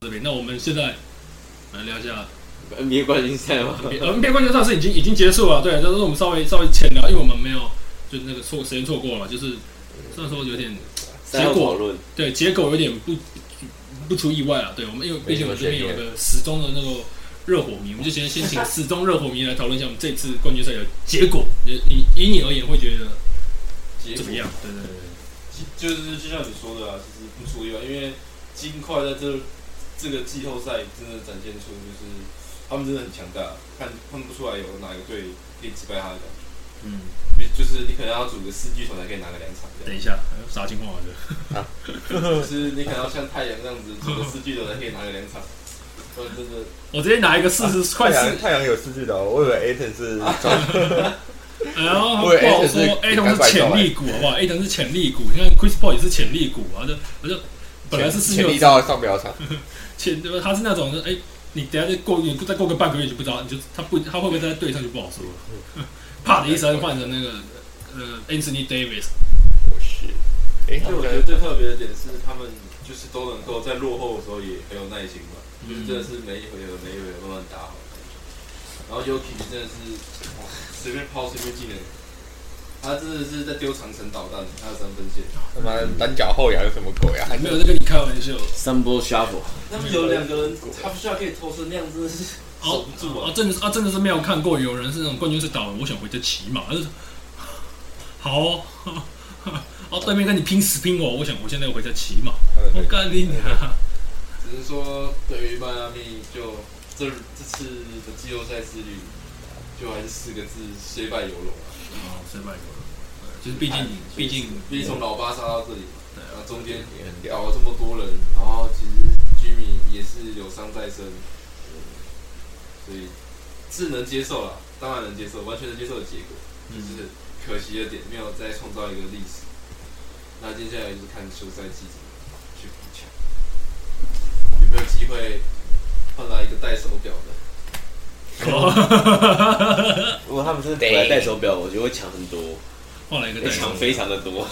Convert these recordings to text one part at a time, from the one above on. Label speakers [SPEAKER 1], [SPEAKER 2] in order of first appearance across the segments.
[SPEAKER 1] 现在来聊一下
[SPEAKER 2] NBA 冠军赛吗？
[SPEAKER 1] NBA 呃 NBA 冠军赛是已经已经结束了，对，但是我们稍微稍微浅聊，因为我们没有就那个错时间错过了嘛，就是虽然说有点
[SPEAKER 2] 赛后讨论，
[SPEAKER 1] 对结果有点不不出意外啊，对我们因为毕竟我们这边有一个始终的那个热火迷，我们就先先请始终热火迷来讨论一下我们这次冠军赛的结果，你你以你而言会觉得
[SPEAKER 3] 结
[SPEAKER 1] 怎
[SPEAKER 3] 果
[SPEAKER 1] 么样？对对对，
[SPEAKER 3] 其就是就像你说的啊，其实不出意外，因为金块在这这个季后赛真的展现出就是他们真的很强大，看看不出来有哪一个队可以击败他的感觉。
[SPEAKER 1] 嗯，
[SPEAKER 3] 就是你可能要组个四巨头才可以拿个两场这
[SPEAKER 1] 等
[SPEAKER 3] 样，
[SPEAKER 1] 一下啥情况啊？这嗯
[SPEAKER 3] 就是你可能要像太阳这样子组个四巨头才可以拿个两 场。我真的
[SPEAKER 1] 我直接拿一个四十快
[SPEAKER 4] 太
[SPEAKER 1] 四
[SPEAKER 4] 阳，太阳有四巨头，我以为 Aton 是
[SPEAKER 1] 然后哎不
[SPEAKER 4] 我以为
[SPEAKER 1] 好
[SPEAKER 4] Ayton 是
[SPEAKER 1] 说，A 同
[SPEAKER 4] 赶
[SPEAKER 1] 是
[SPEAKER 4] 快
[SPEAKER 1] 潜
[SPEAKER 4] 走
[SPEAKER 1] 力股，好不好？A 同是潜力股，你看 Chris Paul 也是潜力股啊，就我就本来是四
[SPEAKER 4] 潜
[SPEAKER 1] 六
[SPEAKER 4] 力到上秒场，
[SPEAKER 1] 潜，对吧？他是那种，哎，你等下再过，你再过个半个月你就不知道，你就他不他会不会再在队上就不好说了。 啪的一声换成那个呃 Anthony Davis，
[SPEAKER 4] 我是，哎，
[SPEAKER 3] 所以我觉得最特别的点是，他们就是都能够在落后的时候也很有耐心吧，就是真的是每一回合每一回合慢慢打好。然后 Yuki 真的是哇，随便抛随便技能，他真的是在丢长城导弹，他的三分线。
[SPEAKER 4] 他妈单脚后仰是什么鬼啊？还
[SPEAKER 1] 没有在跟你开玩笑。
[SPEAKER 2] s u m b l e Shuffle，
[SPEAKER 3] 那么有两个人，他不需要可以投成那样，真的是守不住
[SPEAKER 1] 啊
[SPEAKER 3] 啊！，
[SPEAKER 1] 真的是啊，真的是没有看过有人是那种冠军是倒了，我想回家骑马，就是好哦， 哦对面跟你拼死拼活，我想我现在要回家骑马，我干你娘！
[SPEAKER 3] 只是说对于迈阿密，就这这次的季后赛之旅，就还是四个字：虽败犹荣
[SPEAKER 1] 哦，
[SPEAKER 3] 啊。
[SPEAKER 1] 失败过了。对就是毕竟，毕竟，
[SPEAKER 3] 哎毕竟从老八杀到这里，
[SPEAKER 1] 对
[SPEAKER 3] 然后中间搞了这么多人，然后其实居民也是有伤在身，所以是能接受了，当然能接受，完全能接受的结果，
[SPEAKER 1] 嗯，
[SPEAKER 3] 就是可惜的点没有再创造一个历史。那接下来就是看休赛季怎么去补强，有没有机会换来一个戴手表的？
[SPEAKER 2] 如果他们真的回来戴手表，我觉得会抢很多，
[SPEAKER 1] 换了一个
[SPEAKER 2] 会
[SPEAKER 1] 队
[SPEAKER 2] 抢
[SPEAKER 1] 长。
[SPEAKER 2] 非常的多，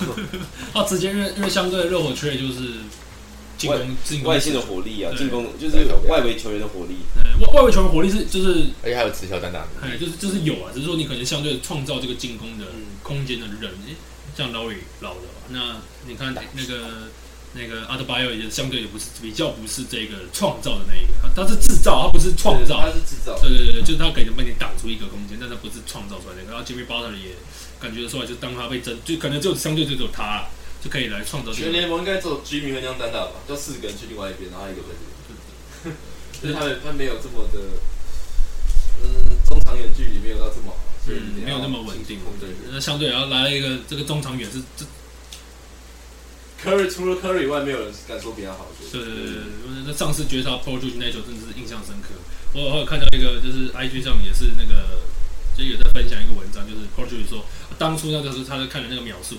[SPEAKER 1] 啊，直接因为因为相对热火缺的就是进
[SPEAKER 2] 外
[SPEAKER 1] 攻进攻
[SPEAKER 2] 外线的火力啊，
[SPEAKER 1] 对
[SPEAKER 2] 进攻就是外围球员的火力，
[SPEAKER 1] 呃外外围球员火力是就是
[SPEAKER 4] 而且还有持球单打，
[SPEAKER 1] 哎就是就是有啊，只是说你可能相对创造这个进攻的
[SPEAKER 3] 嗯，
[SPEAKER 1] 空间的人，诶像老伟老了吧，那你看那个那个阿德巴约也相对也不是比较不是这个创造的那一个，他他是制造，他不是创造
[SPEAKER 3] 他，是制造，
[SPEAKER 1] 对对对对，就是他可以帮你挡出一个空间，但他不是创造出来的。然后 Jimmy Butler 也感觉得出来，就当他被针，就可能就相对就只有他啦就可以来创造这
[SPEAKER 3] 全
[SPEAKER 1] 个。
[SPEAKER 3] 联盟应该只有居民会那样单打吧，就四个人去另外一边，然后一个 人。就是他们他没有这么的，嗯，中长远距离没有到这么好，所以
[SPEAKER 1] 嗯，没有那么稳定。
[SPEAKER 3] 对
[SPEAKER 1] 对，那相对然后来了一个这个中长远是这，
[SPEAKER 3] ，Curry 除了 Curry 以外，没有人敢说比他好。我觉
[SPEAKER 1] 对
[SPEAKER 3] 得
[SPEAKER 1] 对对对，对呃那上次绝杀 Paul George 那一球真的是印象深刻。我后来看到一个就是 IG 上也是那个，就有在分享一个文章，就是 Paul George 说啊当初那个时候他在看的那个秒数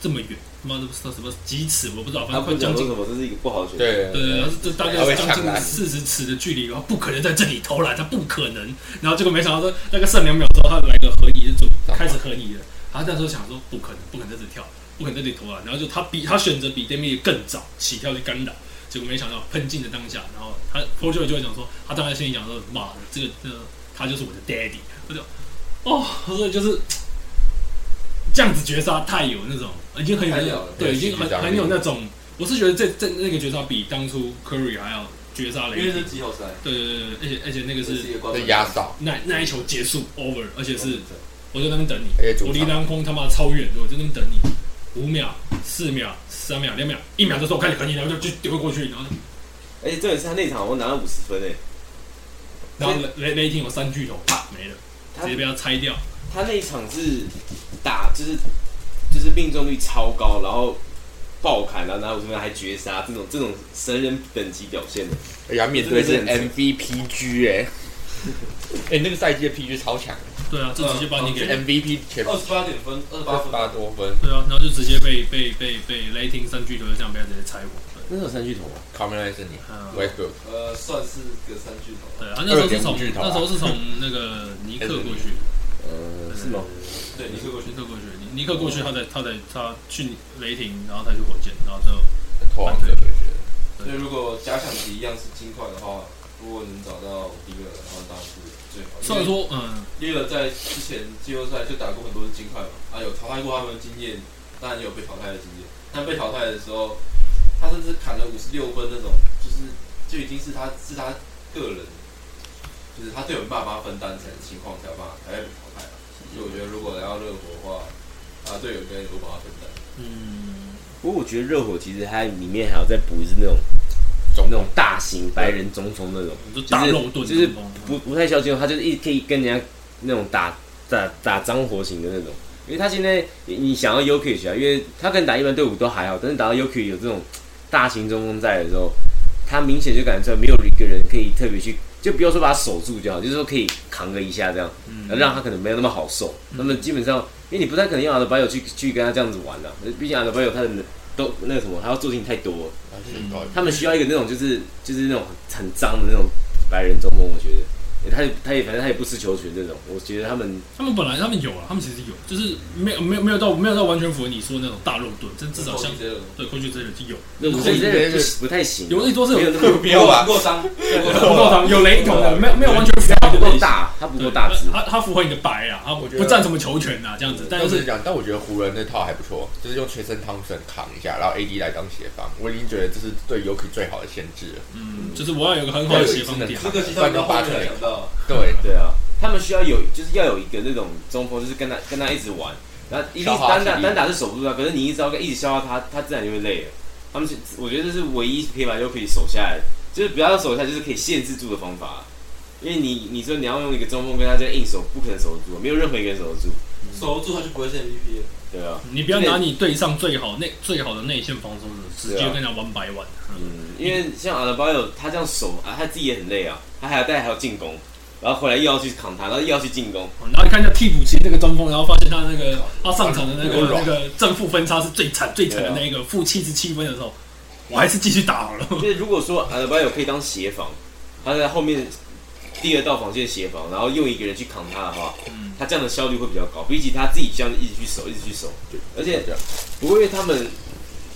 [SPEAKER 1] 这么远，他妈的不知道什么几尺，我不知道，反
[SPEAKER 2] 他
[SPEAKER 1] 正
[SPEAKER 2] 不
[SPEAKER 1] 快将
[SPEAKER 2] 讲说
[SPEAKER 1] 近
[SPEAKER 2] 什么，这是一个不好的选择。
[SPEAKER 4] 对
[SPEAKER 1] 对对，对，这大概是将
[SPEAKER 4] 他会上
[SPEAKER 1] 近
[SPEAKER 4] 篮
[SPEAKER 1] 四十尺的距离，然后不可能在这里投篮，他不可能。然后结果没想到说那个剩两秒之后，他来个合一，就准开始合一了。然后那时候想说不可能，不可能在这里跳，不可能在这里投篮。然后就他比他选择比 d a m i 更早起跳去干扰，结果没想到喷进的当下，然后他 p o j o 就会讲说，他当然心里想说，妈的，这个呃，他就是我的 daddy。我就哦，所以就是。这样子绝杀太有那种，已经很有那
[SPEAKER 3] 太有
[SPEAKER 1] 种
[SPEAKER 3] 了，
[SPEAKER 1] 对，已经
[SPEAKER 4] 戏剧
[SPEAKER 1] 很
[SPEAKER 4] 张力
[SPEAKER 1] 很有那种我是觉得这这那个绝杀比当初 Curry 还要绝杀雷
[SPEAKER 3] 因为
[SPEAKER 1] 霆
[SPEAKER 3] 是，季后赛，
[SPEAKER 1] 对对对对，而且而且那个
[SPEAKER 3] 这是
[SPEAKER 1] 是
[SPEAKER 3] 一个关
[SPEAKER 4] 是压哨，
[SPEAKER 1] 那那一球结束 over，而且
[SPEAKER 3] 也
[SPEAKER 1] 是我就在那边等你，
[SPEAKER 4] 而且
[SPEAKER 1] 我
[SPEAKER 4] 主
[SPEAKER 1] 离
[SPEAKER 4] 场
[SPEAKER 1] 篮筐他妈超远的，我就在那边等你，五秒、四秒、三秒、两秒、一秒的时候我开始和你，然后就就丢过去，然后就
[SPEAKER 2] 而且重点是他那场我拿了五十分欸诶，
[SPEAKER 1] 然后雷雷雷霆有三巨头，啪没了，
[SPEAKER 2] 他
[SPEAKER 1] 直接被他拆掉，
[SPEAKER 2] 他那一场是打就是就是命中率超高，然后爆砍，然后拿五十分还绝杀，这种这种神人等级表现的，
[SPEAKER 4] 而且他面对是 MVPG 哎，哎，那个赛季的 PG 超强，
[SPEAKER 1] 对啊，就直接把你给，
[SPEAKER 4] MVP 全
[SPEAKER 3] 二十八点分，二十八
[SPEAKER 4] 八
[SPEAKER 3] 分，
[SPEAKER 4] 八多分
[SPEAKER 1] 对啊，然后就直接被被被被雷霆三巨头就这样被他直接拆完，对
[SPEAKER 2] 那时候三巨头啊，
[SPEAKER 4] ，Carmelo Anthony
[SPEAKER 1] 嗯
[SPEAKER 4] Westbrook
[SPEAKER 3] 呃，算是个三巨头，
[SPEAKER 1] 对啊，那时候是
[SPEAKER 4] 2.5
[SPEAKER 1] 从
[SPEAKER 4] 巨头啊
[SPEAKER 1] 那时候是从那个尼克过去，
[SPEAKER 2] 呃是吗？
[SPEAKER 3] 对，你说过去
[SPEAKER 1] 尼克过去，尼尼克过去，他在他在他去雷霆，然后他去火箭，然后就
[SPEAKER 4] 拓荒者，我觉得
[SPEAKER 3] 所以如果假想敌一样是金块的话，如果能找到迪勒，然后当然是最好。
[SPEAKER 1] 虽然说，嗯，
[SPEAKER 3] 迪勒在之前季后赛就打过很多次金块嘛，啊有淘汰过他们的经验，当然也有被淘汰的经验。但被淘汰的时候，他甚至砍了五十六分那种，就是就已经是他是他个人，就是他队友没办法分担成情况才有办法才会被淘汰嘛。啊所以我觉得如果来到热火的话，他队友应该有办法分担。
[SPEAKER 1] 嗯，
[SPEAKER 2] 不过我觉得热火其实它里面还要再补一次那种
[SPEAKER 4] 总
[SPEAKER 2] 那种大型白人中锋那种，
[SPEAKER 1] 你说大肉盾
[SPEAKER 2] 就是
[SPEAKER 1] 中锋
[SPEAKER 2] 不不太需要进攻，他就是一可以跟人家那种打打打脏活型的那种。因为他现在你你想要 UK 啊，因为他跟打一般队伍都还好，但是打到 UK 有这种大型中锋在的时候，他明显就感觉出来没有一个人可以特别去，就不要说把他守住就好，就是说可以扛个一下这样，
[SPEAKER 1] 嗯，
[SPEAKER 2] 让他可能没有那么好受。那么基本上，因为你不太可能用阿德巴友去去跟他这样子玩了、毕竟阿德巴友他的能都那个什么，他要做的事情太多了。
[SPEAKER 1] 身高
[SPEAKER 2] 他们需要一个那种就是就是那种很脏的那种白人中锋，我觉得。他也他也反正他也不吃球权这种，我觉得他们
[SPEAKER 1] 他们本来他们有啊，他们其实有，就是没有没有没有到没有到完全符合你说那种大肉盾，但至少像
[SPEAKER 3] 这种
[SPEAKER 1] 对过去这人是有，
[SPEAKER 2] 那
[SPEAKER 4] 我
[SPEAKER 2] 我
[SPEAKER 4] 觉
[SPEAKER 2] 觉
[SPEAKER 4] 得
[SPEAKER 2] 得不不太行，
[SPEAKER 1] 有一桌是
[SPEAKER 2] 没有
[SPEAKER 1] 有
[SPEAKER 2] 那么
[SPEAKER 4] 不要吧？
[SPEAKER 3] 过伤，
[SPEAKER 1] 不够长，有雷同的，没有没有完全符
[SPEAKER 2] 他
[SPEAKER 1] 合
[SPEAKER 2] 不
[SPEAKER 1] 你的类
[SPEAKER 2] 够
[SPEAKER 1] 型，
[SPEAKER 2] 大，他不
[SPEAKER 1] 对
[SPEAKER 2] 够大只。
[SPEAKER 1] 他他符合你的白啊，他
[SPEAKER 4] 我觉得
[SPEAKER 1] 不占什么球权啊，这样子，但
[SPEAKER 4] 但
[SPEAKER 1] 是
[SPEAKER 4] 是讲，但我觉得湖人那套还不错，就是用全身汤神扛一下，然后 AD 来当协防，我已经觉得这是对 Yuki 最好的限制了。
[SPEAKER 1] 嗯，就是我要有个很好的协防点，
[SPEAKER 3] 这个其实我们到后面才想到，
[SPEAKER 4] 对，
[SPEAKER 2] 对啊，他们需要有就是要有一个那种中锋，就是跟他跟他一直玩，然后一定
[SPEAKER 4] 消耗
[SPEAKER 2] 单
[SPEAKER 4] 他体
[SPEAKER 2] 打
[SPEAKER 4] 力
[SPEAKER 2] 单打是守不住他，啊可是你一直要一直消耗他，他自然就会累了。啊他们是我觉得这是唯一可以把 Yuki 守下来，就是不要守下来，就是可以限制住的方法。啊因为你你说你要用一个中锋跟他这样硬守，不可能守得住，没有任何一个人守得住。
[SPEAKER 1] 嗯
[SPEAKER 3] 守住他就不会是 MVP 了。
[SPEAKER 2] 对啊，
[SPEAKER 1] 你不要拿你对上最好内最好的内线防守者，直接跟人家玩白玩，嗯
[SPEAKER 2] 啊嗯，因为像阿德巴约他这样守啊，他自己也很累啊，他还要带还要进攻，然后回来又要去扛他，然后又要去进攻，
[SPEAKER 1] 嗯然后你看一下替补席那个中锋，然后发现他那个他上场的
[SPEAKER 2] 嗯
[SPEAKER 1] 那个那个正负分差是最惨最惨的那一个，负七十七分的时候，我还是继续打好了。
[SPEAKER 2] 就是如果说呃阿德巴约可以当协防，他在后面第二道防线协防，然后用一个人去扛他的话，
[SPEAKER 1] 嗯
[SPEAKER 2] 他这样的效率会比较高，比起他自己这样一直去守，一直去守。而且不过因为他们，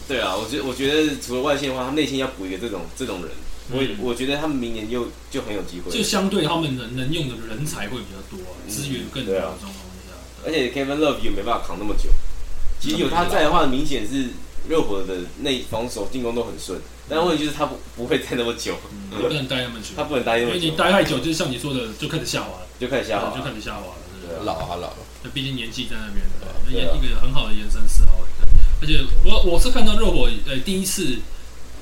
[SPEAKER 2] 对啊，我觉我觉得除了外线的话，他们内线要补一个这种这种人，
[SPEAKER 1] 嗯
[SPEAKER 2] 我我觉得他们明年就就很有机会。
[SPEAKER 1] 就相对他们能能用的人才会比较多啊，资源更多的状况下，
[SPEAKER 2] 而且 Kevin Love 也没办法扛那么久。其实有他在的话，明显是热火的内防守进攻都很顺，但问题就是他不不会待那么久，
[SPEAKER 1] 嗯不能待那么久
[SPEAKER 2] 他，不能待那
[SPEAKER 1] 因
[SPEAKER 2] 么
[SPEAKER 1] 为你
[SPEAKER 2] 久，
[SPEAKER 1] 待太久，就是像你说的，就开始下滑了，
[SPEAKER 2] 就开始下滑
[SPEAKER 1] 就
[SPEAKER 2] 了。
[SPEAKER 1] 开始下滑了，对不对
[SPEAKER 2] 对啊
[SPEAKER 4] 老啊老了，
[SPEAKER 1] 那毕竟年纪在那边，对，
[SPEAKER 2] 对
[SPEAKER 1] 那
[SPEAKER 2] 啊
[SPEAKER 1] 也一个很好的延伸思考。而且我我是看到热火呃第一次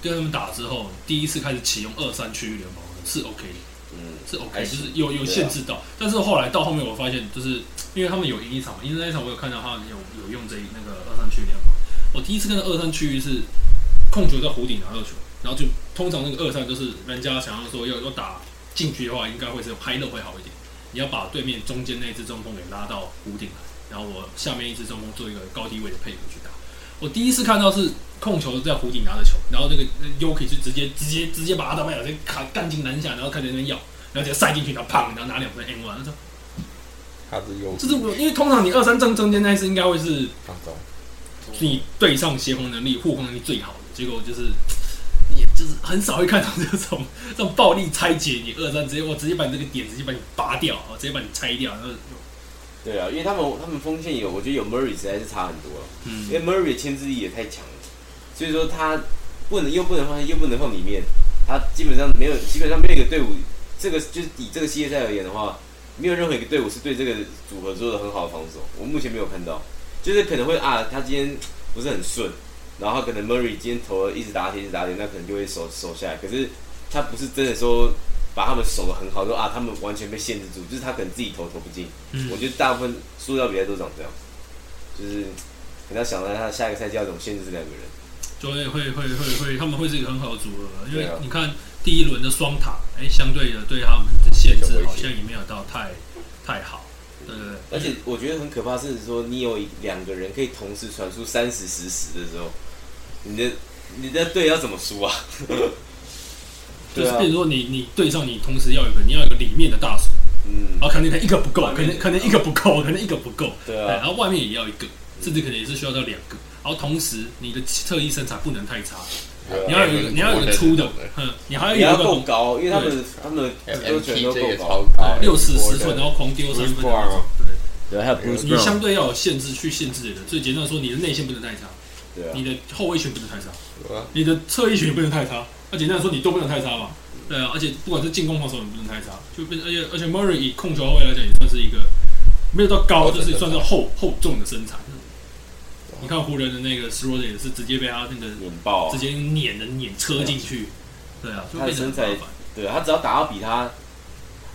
[SPEAKER 1] 跟他们打之后，第一次开始启用二三区域联盟是 OK 的，
[SPEAKER 2] 嗯，
[SPEAKER 1] 是 OK，
[SPEAKER 2] 还
[SPEAKER 1] 就
[SPEAKER 2] 行啊
[SPEAKER 1] 是有有限制到。但是后来到后面我发现，就是因为他们有赢一场嘛，因为那一场我有看到他们有有用这一那个二三区域联盟。我第一次看到二三区域是控球在弧顶拿到球，然后就通常那个二三就是人家想要说要要打进去的话，应该会是拍的会好一点。你要把对面中间那一只中锋给拉到弧顶来，然后我下面一只中锋做一个高低位的配合去打。我第一次看到是控球在弧顶拿着球，然后那个 Yuki 就直接直接直接把阿德麦尔给砍干进篮下，然后开始在那边要，然后直接塞进去，然后砰，然后拿两分 N one。他说
[SPEAKER 4] 他是有
[SPEAKER 1] 这是我，因为通常你二三正中间那一次应该会是
[SPEAKER 4] 放松，
[SPEAKER 1] 是你对上协防能力、护框能力最好的，结果就是，也就是很少会看到这种这种暴力拆解你二三，直接我直接把你这个点直接把你拔掉，我直接把你拆掉，然后
[SPEAKER 2] 对啊，因为他们他们锋线有，我觉得有 Murray 实在是差很多了，
[SPEAKER 1] 嗯
[SPEAKER 2] 因为 Murray 的牵制力也太强了，所以说他不能又不能放又不能放里面，他基本上没有基本上没有一个队伍，这个就是以这个系列赛而言的话，没有任何一个队伍是对这个组合做的很好的防守，我目前没有看到，就是可能会啊，他今天不是很顺，然后可能 Murray 今天投了一直打铁一直打铁，那可能就会守守下来，可是他不是真的说把他们守的很好，说啊他们完全被限制住，就是他可能自己投投不进。
[SPEAKER 1] 嗯
[SPEAKER 2] 我觉得大部分塑料比赛都长这样，就是可能要想到他下一个赛季要怎么限制这两个人。
[SPEAKER 1] 就会会会会会，他们会是一个很好的组合，因为
[SPEAKER 2] 对啊
[SPEAKER 1] 你看第一轮的双塔，哎、相对的对他们的限
[SPEAKER 4] 有
[SPEAKER 1] 制
[SPEAKER 4] 威胁
[SPEAKER 1] 好像也没有到太太好，对对对。
[SPEAKER 2] 而且我觉得很可怕，是说你有两个人可以同时传出三十十十的时候，你的你的队要怎么 输啊？
[SPEAKER 1] 就
[SPEAKER 2] 对
[SPEAKER 1] 是，
[SPEAKER 2] 啊
[SPEAKER 1] 比如说你你对上你，同时要有一个你要有一个里面的大手，
[SPEAKER 2] 嗯，
[SPEAKER 1] 哦然后可能他一个不够，啊
[SPEAKER 3] 外
[SPEAKER 1] 可
[SPEAKER 3] 面
[SPEAKER 1] 能可能一个不够，可能一个不够，
[SPEAKER 2] 对
[SPEAKER 1] 哎，
[SPEAKER 2] 啊
[SPEAKER 1] 然，后外面也要一个，甚至可能也是需要到两个。然后同时，你的侧翼身材不能太差，你
[SPEAKER 2] 啊
[SPEAKER 1] 要有一个你要有一个粗的
[SPEAKER 4] 的，
[SPEAKER 1] 嗯，你还
[SPEAKER 2] 你
[SPEAKER 1] 要有
[SPEAKER 2] 要
[SPEAKER 1] 一个
[SPEAKER 2] 够
[SPEAKER 1] 红
[SPEAKER 2] 高，因为他们他们的
[SPEAKER 4] 哎，M
[SPEAKER 2] 都全
[SPEAKER 4] P
[SPEAKER 2] 都
[SPEAKER 4] 这也
[SPEAKER 2] 够高。
[SPEAKER 4] 超高，
[SPEAKER 1] 啊
[SPEAKER 4] 哎
[SPEAKER 1] 六十十寸，
[SPEAKER 4] 寸
[SPEAKER 1] 然后狂丢三
[SPEAKER 2] Bruce
[SPEAKER 1] 分
[SPEAKER 2] Brown 啊
[SPEAKER 1] 对，
[SPEAKER 2] 对，还有
[SPEAKER 4] Bruce
[SPEAKER 1] 你相对要有限制去限制人。最简单的说，你的内线不能太差，
[SPEAKER 2] 对啊
[SPEAKER 1] 你，的后卫群不能太差，你的侧翼群也不能太差。那简单的说，你都不能太差嘛。对啊，而且不管是进攻防守，你不能太差。就变，而且而且 Murray 以控球后卫来讲，也算是一个没有到高，就是算是厚厚重的身材。
[SPEAKER 2] 嗯
[SPEAKER 1] 你看湖人的那个 s r o d e r 也是直接被他那个
[SPEAKER 2] 碾爆
[SPEAKER 1] 直
[SPEAKER 2] 啊！
[SPEAKER 1] 接碾的碾车进去。对啊，就
[SPEAKER 2] 他的
[SPEAKER 1] 变得很麻
[SPEAKER 2] 身材
[SPEAKER 1] 烦。
[SPEAKER 2] 对啊他只要打到比他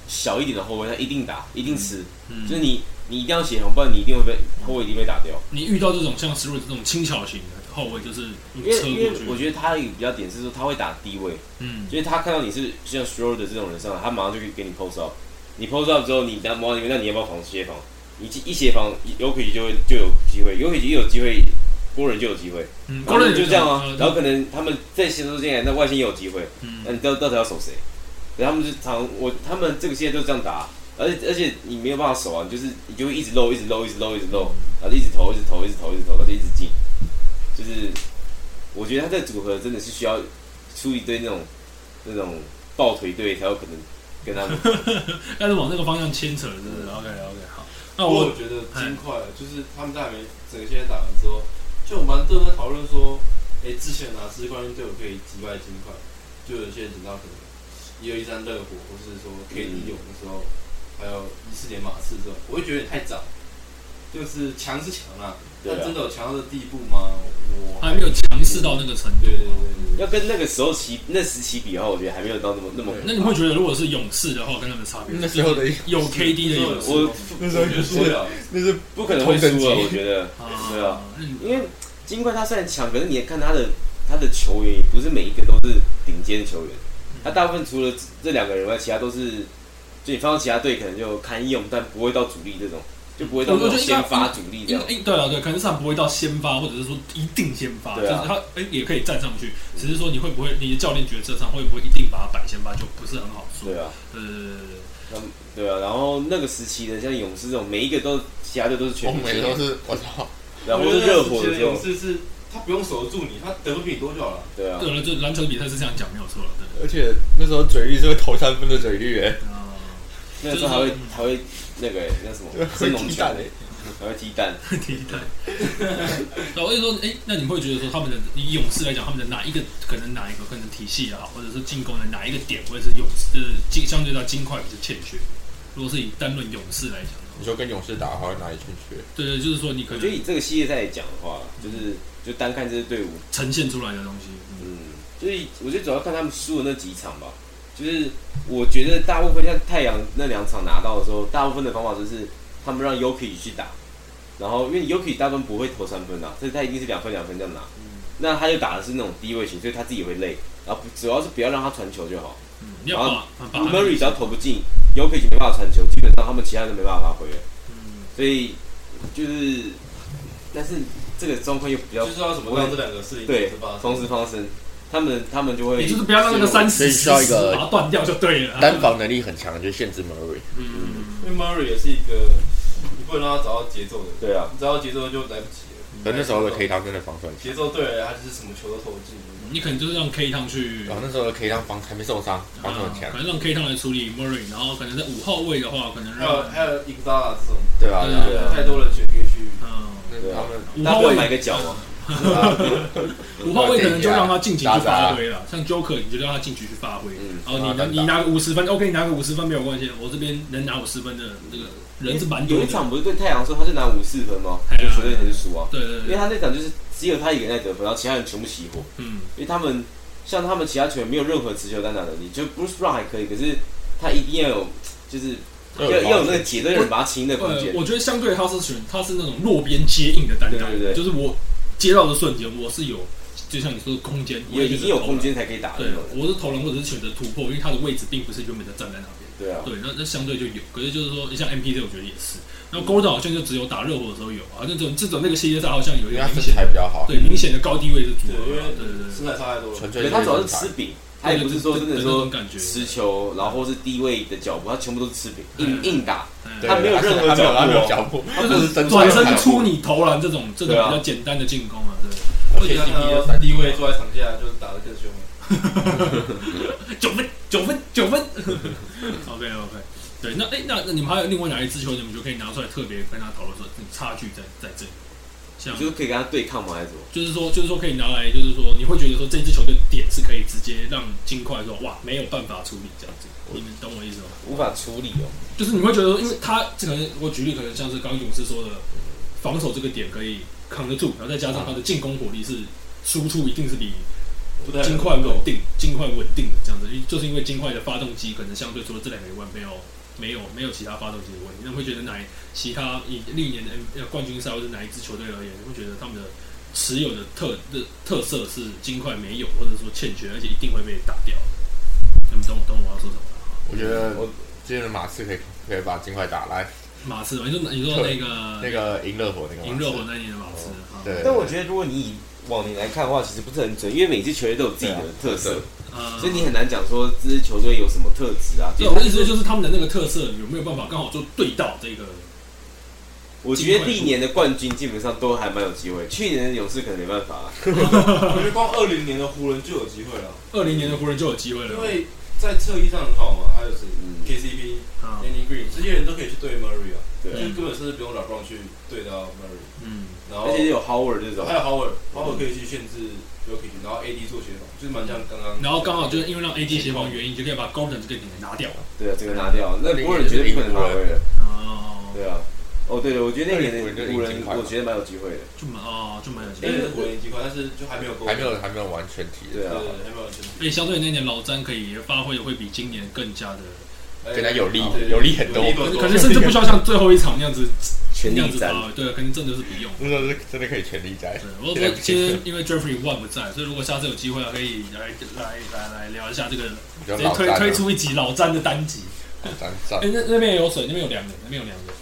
[SPEAKER 2] 小一点的后卫，他一定打，一定吃。
[SPEAKER 1] 嗯
[SPEAKER 2] 就是你你一定要协防，不然你一定会被后卫一定被打掉。
[SPEAKER 1] 你遇到这种像 s r o d e r 这种轻巧型的后卫，就是
[SPEAKER 2] 因
[SPEAKER 1] 车
[SPEAKER 2] 为因为
[SPEAKER 1] 过
[SPEAKER 2] 我
[SPEAKER 1] 去。
[SPEAKER 2] 觉得他有比较点是说他会打低位，
[SPEAKER 1] 嗯，
[SPEAKER 2] 就是他看到你是像 Schroeder 这种人上来，他马上就可以给你 post up。你 post up 之后，你拿毛里面，那你要不要防协防？你一协防，有可能就会就有机会，有可能一有机会，波人就有机会，
[SPEAKER 1] 嗯，
[SPEAKER 2] 然
[SPEAKER 1] 高
[SPEAKER 2] 后
[SPEAKER 1] 人
[SPEAKER 2] 就这样啊
[SPEAKER 1] 呃。
[SPEAKER 2] 然后可能他们再吸收进来，那外线也有机会，
[SPEAKER 1] 嗯
[SPEAKER 2] 那你呃到到底要守谁？然后他们就常我他们这个系列都这样打，而且而且你没有办法守啊，你就是你就会一直漏，一直漏，一直漏，一直漏，然后一直投，一直投，一直投，一直投，然后就一直进。就是我觉得他这个组合真的是需要出一堆那种那种抱腿队才有可能跟他 们。
[SPEAKER 1] 但是往那个方向牵扯，是不是？OK
[SPEAKER 2] 嗯
[SPEAKER 1] OK，好。那
[SPEAKER 3] 不
[SPEAKER 1] 我
[SPEAKER 3] 过我觉得金块就是他们在还没整个现在打完之后，就有蛮多人在讨论说，哎、之前哪支冠军队伍可以击败金块？就有些人讲到可能一二一三热火，或是说 KD 有的时候，还有一四年马刺这种，我会觉得有点太早。就是强是强啊，
[SPEAKER 2] 对
[SPEAKER 3] 但
[SPEAKER 2] 啊
[SPEAKER 3] 真的有强到这地步吗？我
[SPEAKER 1] 还没有强势到那个程度。
[SPEAKER 3] 对对对对对，
[SPEAKER 2] 要跟那个时候起那时期比的话，我觉得还没有到那么那么。
[SPEAKER 1] 那你会觉得，如果是勇士的话，跟他们差别，
[SPEAKER 4] 那时 候的
[SPEAKER 1] 有 KD 的勇士
[SPEAKER 2] 我
[SPEAKER 4] 那时
[SPEAKER 3] 我
[SPEAKER 4] 候
[SPEAKER 3] 觉得输不了，
[SPEAKER 4] 那是
[SPEAKER 2] 不可能会输
[SPEAKER 4] 同
[SPEAKER 2] 啊，
[SPEAKER 4] 等级
[SPEAKER 2] 我觉得，对啊，，
[SPEAKER 1] 那你
[SPEAKER 2] 因为尽管他虽然强，可是你也看他的他的球员也不是每一个都是顶尖的球员，他大部分除了这两个人外，其他都是就你放到其他队可能就堪用，但不会到主力这种，就不会到那
[SPEAKER 1] 我觉
[SPEAKER 2] 种
[SPEAKER 1] 得应该
[SPEAKER 2] 先发主力这
[SPEAKER 1] 应
[SPEAKER 2] 样。
[SPEAKER 1] 应对啊对，可能是他不会到先发，或者是说一定先发，就
[SPEAKER 2] 对
[SPEAKER 1] 是
[SPEAKER 2] 啊
[SPEAKER 1] 他哎也可以站上去，只是说你会不会你的教练决策上会不会一定把他摆先发，就不是很好说。
[SPEAKER 2] 对啊，
[SPEAKER 1] 对对对对对。
[SPEAKER 2] 那对啊，然后那个时期的像勇士这种，每一个都其他队都是全
[SPEAKER 4] 我
[SPEAKER 2] 明
[SPEAKER 4] 每
[SPEAKER 2] 星，
[SPEAKER 4] 都哎是我操，
[SPEAKER 2] 然后是热火
[SPEAKER 3] 我觉
[SPEAKER 2] 的
[SPEAKER 3] 得
[SPEAKER 2] 时候
[SPEAKER 3] 勇，士是他不用守得住你，他得分比你多就好了。
[SPEAKER 2] 对啊，
[SPEAKER 1] 对了，就篮球比赛是这样讲没有错了，对。
[SPEAKER 4] 而且那时候嘴绿是会投三分的嘴绿，哎，
[SPEAKER 1] 啊，
[SPEAKER 2] 那个时候还会还会那个那什么
[SPEAKER 4] 会
[SPEAKER 2] 升龙
[SPEAKER 4] 踢
[SPEAKER 2] 球
[SPEAKER 4] 蛋，哎，
[SPEAKER 2] 还会踢蛋，
[SPEAKER 1] 第一代。然后我就说，哎， 那你们会觉得说他们的以勇士来讲，他们的哪一个可能哪一个可能体系也好，或者是进攻的哪一个点，或者是勇士呃进相对到金块比较欠缺。如果是以单论勇士来讲的话，
[SPEAKER 4] 你说跟勇士打的话，哪里欠缺？
[SPEAKER 1] 对对，就是说你可
[SPEAKER 2] 我觉得
[SPEAKER 1] 能
[SPEAKER 2] 以这个系列赛来讲的话，就是就单看这支队伍，
[SPEAKER 1] 呈现出来的东西，嗯
[SPEAKER 2] 嗯，就是我觉得主要看他们输的那几场吧。就是我觉得大部分像太阳那两场拿到的时候，大部分的方法就是他们让 Yuki 去打，然后因为 Yuki 大部分不会投三分啊，所以他一定是两分两分这样拿。那他就打的是那种低位型，所以他自己会累，然后不主要是不要让他传球就好。
[SPEAKER 1] 嗯，你要把把他
[SPEAKER 2] Murray
[SPEAKER 1] 们
[SPEAKER 2] 只要投不进，Yuki 就没办法传球，基本上他们其他人都没办法发挥了。
[SPEAKER 1] 嗯
[SPEAKER 2] 所以就是，但是这个状况又比较
[SPEAKER 3] 就是要怎么让这两个事情
[SPEAKER 2] 对
[SPEAKER 3] 同时发生
[SPEAKER 2] 同时发生，他们他们就会
[SPEAKER 1] 也就是不要让那个三
[SPEAKER 4] 所
[SPEAKER 1] 十
[SPEAKER 4] 以需要一个
[SPEAKER 1] 把它断掉就对了。
[SPEAKER 4] 单防能力很强，就限制 Murray。
[SPEAKER 1] 嗯，
[SPEAKER 3] 因为 Murray 也是一个，你不能让他找到节奏的，
[SPEAKER 2] 对啊，
[SPEAKER 3] 你找到节奏就来不及了。
[SPEAKER 4] 可那时候的 K 汤真的防守很强，
[SPEAKER 3] 节奏对了，他就是什么球都投进。
[SPEAKER 1] 你可能就是让 K 趟去啊
[SPEAKER 4] 然后哦那时候的 K 汤防还没受伤，防守很强
[SPEAKER 1] 可，能让 K 汤来处理 Murray，然后可能在五号位的话，可能
[SPEAKER 3] 哦还有
[SPEAKER 1] 让
[SPEAKER 3] 还有 i g d a 这种，
[SPEAKER 4] 对啊，
[SPEAKER 1] 对
[SPEAKER 2] 啊
[SPEAKER 3] 太多人选可以去。
[SPEAKER 1] 嗯
[SPEAKER 4] 那他们
[SPEAKER 1] 五
[SPEAKER 2] 大
[SPEAKER 1] 号
[SPEAKER 2] 不了
[SPEAKER 1] 位
[SPEAKER 2] 买个脚啊嘛，
[SPEAKER 1] 五号位可能就让他尽情去发挥了，像 Joker 你就让他尽情去发挥，
[SPEAKER 2] 啊嗯
[SPEAKER 1] 然后你能你拿个五十分，OK，你拿个五十分没有关系，我这边能拿五十分的这个人是蛮
[SPEAKER 2] 有
[SPEAKER 1] 多
[SPEAKER 2] 一
[SPEAKER 1] 的，
[SPEAKER 2] 场不是对太阳说他是拿五四分吗？
[SPEAKER 1] 哎呀
[SPEAKER 2] 就球队才是输啊，
[SPEAKER 1] 对对
[SPEAKER 2] 因为
[SPEAKER 1] 对，
[SPEAKER 2] 他那场就是只有他一个人在得分，然后其他人全部熄火，
[SPEAKER 1] 嗯，
[SPEAKER 2] 因为他们像他们其他球员没有任何持球单打能力，就 Bruce Brown 还可以，可是他一定要有就是要要有那个节奏，有人把他清的空
[SPEAKER 1] 呃，
[SPEAKER 2] 间，
[SPEAKER 1] 我觉得相对他是选他是那种落边接应的担当，
[SPEAKER 2] 对对对
[SPEAKER 1] 就是我接到的瞬间我是有，就像你说的空间，我
[SPEAKER 2] 也已
[SPEAKER 1] 选择
[SPEAKER 2] 经有
[SPEAKER 1] 投
[SPEAKER 2] 空
[SPEAKER 1] 篮，
[SPEAKER 2] 间才可以打的
[SPEAKER 1] 对
[SPEAKER 2] 那种，人，
[SPEAKER 1] 我是投篮或者是选择突破，因为他的位置并不是原本的站在那边。
[SPEAKER 2] 对啊，
[SPEAKER 1] 对，那那相对就有，可是就是说，像 M P Z 我觉得也是，然后 Gold 好像就只有打热火的时候有，好像这种这种那个系列赛好像有一个
[SPEAKER 4] 因为他
[SPEAKER 1] 明
[SPEAKER 4] 身
[SPEAKER 1] 显
[SPEAKER 4] 材比较好，
[SPEAKER 1] 对明显的高低位是组
[SPEAKER 3] 对，
[SPEAKER 1] 合
[SPEAKER 3] 因
[SPEAKER 1] 嘛，
[SPEAKER 3] 为
[SPEAKER 1] 对对对，
[SPEAKER 3] 身材差太多了。
[SPEAKER 4] 纯
[SPEAKER 2] 可
[SPEAKER 4] 粹
[SPEAKER 2] 是
[SPEAKER 4] 是
[SPEAKER 2] 他主要是
[SPEAKER 4] 身材
[SPEAKER 2] 吃饼，他也不是说真的
[SPEAKER 1] 那
[SPEAKER 2] 说
[SPEAKER 1] 种感觉，
[SPEAKER 2] 持球，然后是低位的脚步，他全部都是吃饼，硬硬打，
[SPEAKER 1] 嗯
[SPEAKER 4] 对
[SPEAKER 2] 他没有任何
[SPEAKER 4] 他没有
[SPEAKER 2] 脚步
[SPEAKER 4] 他没有脚步，他
[SPEAKER 1] 就
[SPEAKER 4] 只是
[SPEAKER 1] 是
[SPEAKER 4] 身
[SPEAKER 1] 转
[SPEAKER 4] 材
[SPEAKER 1] 身出你投篮这种这种
[SPEAKER 2] 对啊
[SPEAKER 1] 比较简单的进攻啊，对，
[SPEAKER 3] 我觉得他要低
[SPEAKER 4] 啊
[SPEAKER 3] 位坐在场下就打得更凶了。
[SPEAKER 1] 九分，九分，九分。OK OK，对，那哎、那那你们还有另外哪一支球队，你们就可以拿出来特别跟他讨论说，你差距在在这里。像
[SPEAKER 2] 就是可以跟他对抗吗？还是什么？
[SPEAKER 1] 就是说，就是说可以拿来，就是说你会觉得说这支球队点是可以直接让金块说哇没有办法处理这样子，你们懂我意思吗？
[SPEAKER 2] 无法处理哦。
[SPEAKER 1] 就是你会觉得说，因为他这可能我举例，可能像是刚刚勇士说的，防守这个点可以扛得住，然后再加上他的进攻火力是输出一定是比
[SPEAKER 3] 不太
[SPEAKER 1] 金块稳定，金块稳定的这样子，因为就是因为金块的发动机可能相对除了这两个以外，没有没有没有其他发动机的问题，那会觉得哪一其他以历年的 N 呃冠军赛或者哪一支球队而言，会觉得他们的持有的特的特色是金块没有，或者说欠缺，而且一定会被打掉。你们懂懂我要说什么了哈？
[SPEAKER 4] 我觉得
[SPEAKER 2] 我
[SPEAKER 4] 今天的马刺可以可以把金块打来，
[SPEAKER 1] 马刺，你说你说那个
[SPEAKER 4] 那个赢热火那个马刺
[SPEAKER 1] 赢热火那一年的马
[SPEAKER 2] 哦
[SPEAKER 1] 刺，啊
[SPEAKER 4] 对，
[SPEAKER 2] 但我觉得如果你以往年来看的话，其实不是很准，因为每支球队都有自己的特色，
[SPEAKER 1] 呃，
[SPEAKER 2] 所以你很难讲说这支球队有什么特质啊。
[SPEAKER 1] 对
[SPEAKER 2] 就
[SPEAKER 1] 我的
[SPEAKER 2] 是
[SPEAKER 1] 意思就是他们的那个特色有没有办法刚好就对到这个？
[SPEAKER 2] 我觉得历年的冠军基本上都还蛮有机会，去年的勇士可能没办法、啊。
[SPEAKER 3] 我觉得光二零年的湖人就有机会了，
[SPEAKER 1] 二零年的湖人就有机会了，
[SPEAKER 3] 因为在侧翼上很好嘛，还有是
[SPEAKER 2] 嗯
[SPEAKER 3] KCP、
[SPEAKER 1] 啊，
[SPEAKER 3] Danny Green 这些人都可以去对 Murray 啊，
[SPEAKER 2] 对
[SPEAKER 3] 就根本是不用 LeBron 去对到 Murray，
[SPEAKER 1] 嗯，
[SPEAKER 3] 然后
[SPEAKER 2] 而且有 Howard 这种
[SPEAKER 3] 还，有 Howard，Howard 可以去限制 y o k i 然后 AD 做协防，就是蛮像刚刚。
[SPEAKER 1] 然后刚好就是因为让 AD 协防原因，就可以把 Golden 这个点给拿掉。
[SPEAKER 2] 对啊，这个拿掉，那
[SPEAKER 4] 二零
[SPEAKER 2] 湖人
[SPEAKER 4] 年
[SPEAKER 2] 绝对不可
[SPEAKER 4] 是
[SPEAKER 2] 能
[SPEAKER 4] 赢
[SPEAKER 2] 拿
[SPEAKER 4] 湖人
[SPEAKER 2] 回了。
[SPEAKER 1] 哦，
[SPEAKER 2] 对啊，哦对了，我觉得那年
[SPEAKER 4] 二零年
[SPEAKER 2] 的
[SPEAKER 4] 就
[SPEAKER 2] 湖
[SPEAKER 4] 已
[SPEAKER 2] 人
[SPEAKER 4] 经，快了
[SPEAKER 2] 我觉得蛮有机会的。
[SPEAKER 1] 就蛮哦，就蛮有机
[SPEAKER 3] 但
[SPEAKER 1] 会。
[SPEAKER 3] 是湖人已经快，但是就还没有够，
[SPEAKER 4] 还没有还没有完全体，
[SPEAKER 2] 对
[SPEAKER 3] 对，
[SPEAKER 2] 啊，
[SPEAKER 3] 还没有完全
[SPEAKER 1] 所以哎相对那年老詹可以发挥的会比今年更加的，
[SPEAKER 4] 更加有利
[SPEAKER 3] 哎对
[SPEAKER 4] 有利很多
[SPEAKER 3] 有利
[SPEAKER 1] 可能甚至不需要像最后一场那样子
[SPEAKER 2] 全
[SPEAKER 1] 那样
[SPEAKER 2] 力
[SPEAKER 1] 子
[SPEAKER 2] 战。
[SPEAKER 1] 发挥，对，可能真的是不用。
[SPEAKER 4] 那时候是真的可以全力战
[SPEAKER 1] 对，， 我我今天因为 Jeffrey One 不在，所以如果下次有机会啊，可以来来来来聊一下这个，
[SPEAKER 4] 比较
[SPEAKER 1] 直接
[SPEAKER 4] 老
[SPEAKER 1] 推
[SPEAKER 4] 战
[SPEAKER 1] 推
[SPEAKER 4] 啊
[SPEAKER 1] 出一集老詹的单集。
[SPEAKER 4] 战战
[SPEAKER 1] 哎、那那边也有水，那边有两个，那边有两个，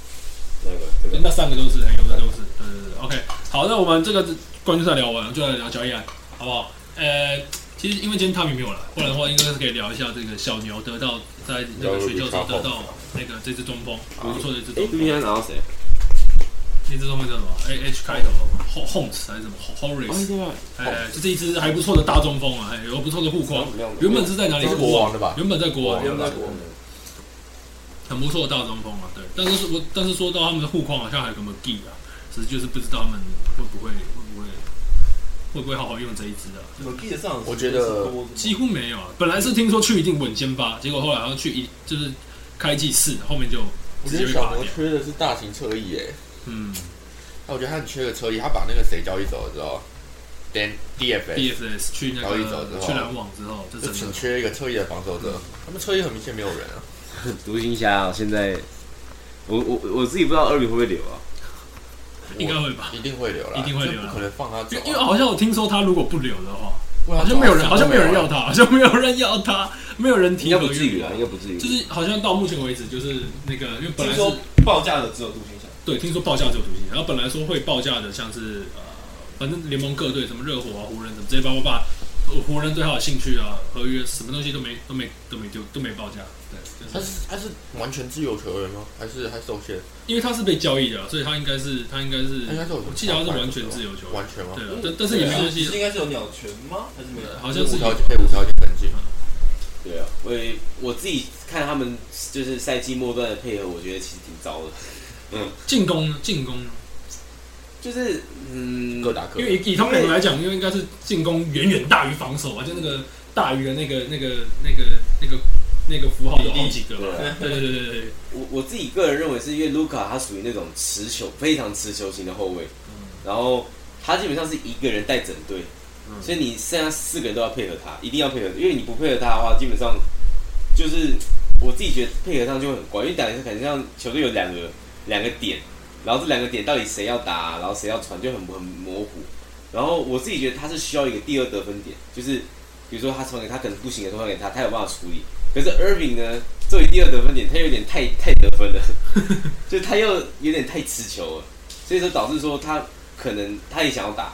[SPEAKER 2] 那个这
[SPEAKER 1] 对
[SPEAKER 2] 个
[SPEAKER 1] 那三个都是，有的都是，对对对。OK，好，那我们这个冠军赛聊完，就来聊交易案，好不好？呃，其实因为今天汤米没有来，不然的话应该是可以聊一下这个小牛得到在那个选秀时候得到那个这支中锋，不错的一支
[SPEAKER 2] 哎
[SPEAKER 1] 中，
[SPEAKER 2] 杜
[SPEAKER 1] 锋，
[SPEAKER 2] 宾要拿到谁？
[SPEAKER 1] 那支中锋叫什么？A H 开头，Holmes 还是什么
[SPEAKER 2] 哎
[SPEAKER 1] Horace？
[SPEAKER 2] 对啊，
[SPEAKER 1] 哎，这是一支还不错的大中锋啊，哎有不错的护框。原本是在哪里？
[SPEAKER 4] 这是国王的吧？
[SPEAKER 1] 原本在国王，
[SPEAKER 4] 国王
[SPEAKER 3] 在国
[SPEAKER 1] 很不错的大中锋啊，对。但是我但是说到他们的护框，好像还有个 McGee 啊，只是就是不知道他们会不会会不会会不会好好用这一支啊？
[SPEAKER 3] 有力的上，
[SPEAKER 4] 我觉得
[SPEAKER 1] 几乎没有啊，本来是听说去一定稳先发，结果后来好像去一就是开季四，后面就
[SPEAKER 4] 我
[SPEAKER 1] 直
[SPEAKER 4] 觉
[SPEAKER 1] 接被
[SPEAKER 4] 得小
[SPEAKER 1] 拔
[SPEAKER 4] 牛
[SPEAKER 1] 掉。
[SPEAKER 4] 缺的是大型侧翼耶，
[SPEAKER 1] 嗯
[SPEAKER 4] 那我觉得他很缺个侧翼，他把那个谁交易走了之后，Dan DFS
[SPEAKER 1] ，DFS 去那
[SPEAKER 4] 交易走之
[SPEAKER 1] 个
[SPEAKER 4] 后
[SPEAKER 1] 去篮网之后，这
[SPEAKER 4] 就
[SPEAKER 1] 整
[SPEAKER 4] 挺
[SPEAKER 1] 个
[SPEAKER 4] 缺一个侧翼的防守
[SPEAKER 1] 嗯
[SPEAKER 4] 者，他们侧翼很明显没有人啊，
[SPEAKER 2] 独行侠啊现在，我我我自己不知道二比会不会留啊。
[SPEAKER 1] 应该会吧？
[SPEAKER 4] 一定会留啦，
[SPEAKER 1] 一定会留啦
[SPEAKER 4] 这不可能放他走
[SPEAKER 1] 因
[SPEAKER 4] 啊
[SPEAKER 1] 为，因为好像我听说他如果不留的话，
[SPEAKER 4] 不然
[SPEAKER 1] 好
[SPEAKER 4] 他
[SPEAKER 1] 像
[SPEAKER 4] 走啊
[SPEAKER 1] 没有人，
[SPEAKER 4] 谁
[SPEAKER 1] 好像没有人要
[SPEAKER 4] 啊
[SPEAKER 1] 他，好像没有人要他，没有人提
[SPEAKER 2] 哦应该不
[SPEAKER 1] 合约
[SPEAKER 2] 至于啦，啊应该不至于。
[SPEAKER 1] 就是好像到目前为止，就是那个，因为本
[SPEAKER 3] 听
[SPEAKER 1] 来是
[SPEAKER 3] 说报价的只有杜金祥，
[SPEAKER 1] 对，听说报价只有独行，然后本来说会报价的，像是呃，反正联盟各队什么热火啊、湖人什么这些，包括把呃湖人对他有兴趣啊，合约什么东西都没都没都没丢都没报价，对，
[SPEAKER 4] 他
[SPEAKER 1] 就是
[SPEAKER 4] 是他是完全自由球员吗？还是还受限？
[SPEAKER 1] 因为他是被交易的啊，所以他应该是他应该是
[SPEAKER 4] 他应该是有
[SPEAKER 1] 嗯我记得他是完全自由球员，
[SPEAKER 4] 完全吗？
[SPEAKER 1] 对啊，但但是也没关
[SPEAKER 3] 是
[SPEAKER 1] 系，啊
[SPEAKER 3] 应该是有鸟权吗？还是没有？
[SPEAKER 4] 啊
[SPEAKER 1] 好像是
[SPEAKER 4] 无条
[SPEAKER 1] 有
[SPEAKER 4] 件可以无条件跟进，
[SPEAKER 2] 对啊，我也我自己看他们就是赛季末段的配合，我觉得其实挺糟的。
[SPEAKER 1] 进攻进攻，
[SPEAKER 2] 就是嗯，
[SPEAKER 4] 各打各
[SPEAKER 1] 因
[SPEAKER 4] 的。
[SPEAKER 1] 为以以他们两个来讲，因为应该是进攻远远大于防守啊，就那个大于的那个那个那个那个那个符号有好几个
[SPEAKER 2] 对
[SPEAKER 1] 吧，
[SPEAKER 2] 啊，
[SPEAKER 1] 对对对对对。
[SPEAKER 2] 我我自己个人认为是因为卢卡他属于那种持球非常持球型的后卫，
[SPEAKER 3] 嗯
[SPEAKER 2] 然后他基本上是一个人带整队，
[SPEAKER 1] 嗯
[SPEAKER 2] 所以你剩下四个人都要配合他，一定要配合，因为你不配合他的话，基本上就是我自己觉得配合上就会很怪，因为感觉感觉像球队有两个两个点，然后这两个点到底谁要打，然后谁要传就很很模糊。然后我自己觉得他是需要一个第二得分点，就是比如说他传给他可能不行的传给他，他有办法处理。可是 Irving 呢，作为第二得分点，他有点太太得分了，就是他又有点太持球了，所以说导致说他可能他也想要打，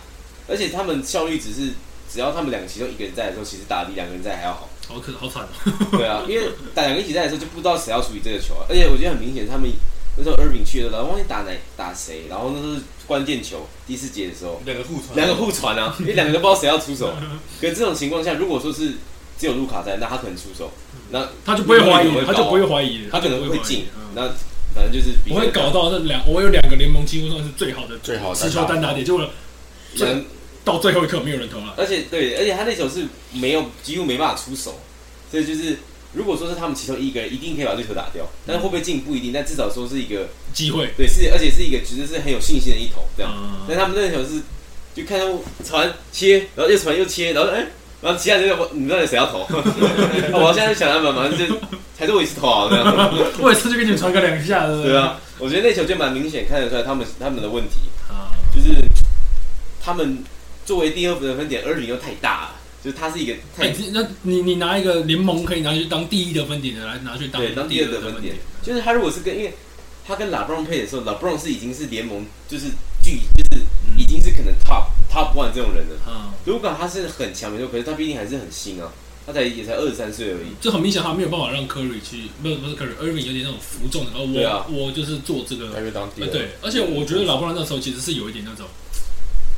[SPEAKER 2] 而且他们效率只是只要他们两个其中一个人在的时候，其实打得比两个人在还 要好。
[SPEAKER 1] 好可好惨哦！
[SPEAKER 2] 对啊，因为打两个一起在的时候就不知道谁要处理这个球啊，而且我觉得很明显，他们那时候 Irving 去的，然后忘记打哪打谁，然后那时候是关键球，第四节的时候，
[SPEAKER 1] 嗯
[SPEAKER 4] 两个互传
[SPEAKER 2] 两个互传 啊，因为两个都不知道谁要出手。可是这种情况下，如果说是只有卢卡在，那他可能出手，那
[SPEAKER 1] 他就不会怀
[SPEAKER 2] 那
[SPEAKER 1] 疑，
[SPEAKER 2] 个
[SPEAKER 1] 他就不会怀疑，
[SPEAKER 2] 他
[SPEAKER 1] 就
[SPEAKER 2] 可能
[SPEAKER 1] 不
[SPEAKER 2] 会
[SPEAKER 1] 怀疑
[SPEAKER 2] 进
[SPEAKER 1] 嗯，
[SPEAKER 2] 那反正就是比
[SPEAKER 1] 我会
[SPEAKER 2] 这个
[SPEAKER 1] 搞到这两，我有两个联盟几乎算是最好的
[SPEAKER 4] 最好的
[SPEAKER 1] 持球单打点，结果
[SPEAKER 2] 可能
[SPEAKER 1] 到最后一刻没有人投了。
[SPEAKER 2] 而且对，而且他那球是没有几乎没办法出手，所以就是如果说是他们其中一个人，一定可以把对球打掉，但是会不会进不一定，但至少说是一个
[SPEAKER 1] 机会。
[SPEAKER 2] 对是，而且是一个其实是很有信心的一投这样。
[SPEAKER 1] 嗯
[SPEAKER 2] 但他们那球是就看他传切，然后又传又切，然后哎、然后其他人就我你到底谁要投？ 哦我现在就想他们，反正就还是我一次投好了这样。
[SPEAKER 1] 我也是就给你们传个两下，对不
[SPEAKER 2] 对啊，我觉得那球就蛮明显看得出来他们他们的问题。
[SPEAKER 1] 啊，
[SPEAKER 2] 就是他们作为第二得分点，二零又太大了，就是他是一个太、
[SPEAKER 1] 哎，那你你拿一个联盟可以拿去当第一得分点的来拿去当
[SPEAKER 2] 对当第
[SPEAKER 1] 第
[SPEAKER 2] 二得
[SPEAKER 1] 分
[SPEAKER 2] 分点，就是他如果是跟因为他跟拉布朗配的时候，拉布朗是已经是联盟就是距就是已经是可能 top top one 这种人了。
[SPEAKER 1] 嗯啊，
[SPEAKER 2] 如果他是很强没错，可是他毕竟还是很新啊，他才也才二十三岁而已。
[SPEAKER 1] 这很明显他没有办法让 Curry 去，不是不是 Curry，Irving 有点那种服众的，然后
[SPEAKER 2] 对
[SPEAKER 1] 我、
[SPEAKER 2] 啊
[SPEAKER 1] 我就是做这个
[SPEAKER 4] 那就当第
[SPEAKER 1] 呃，
[SPEAKER 4] 二。
[SPEAKER 1] 对，而且我觉得老布朗那时候其实是有一点那种，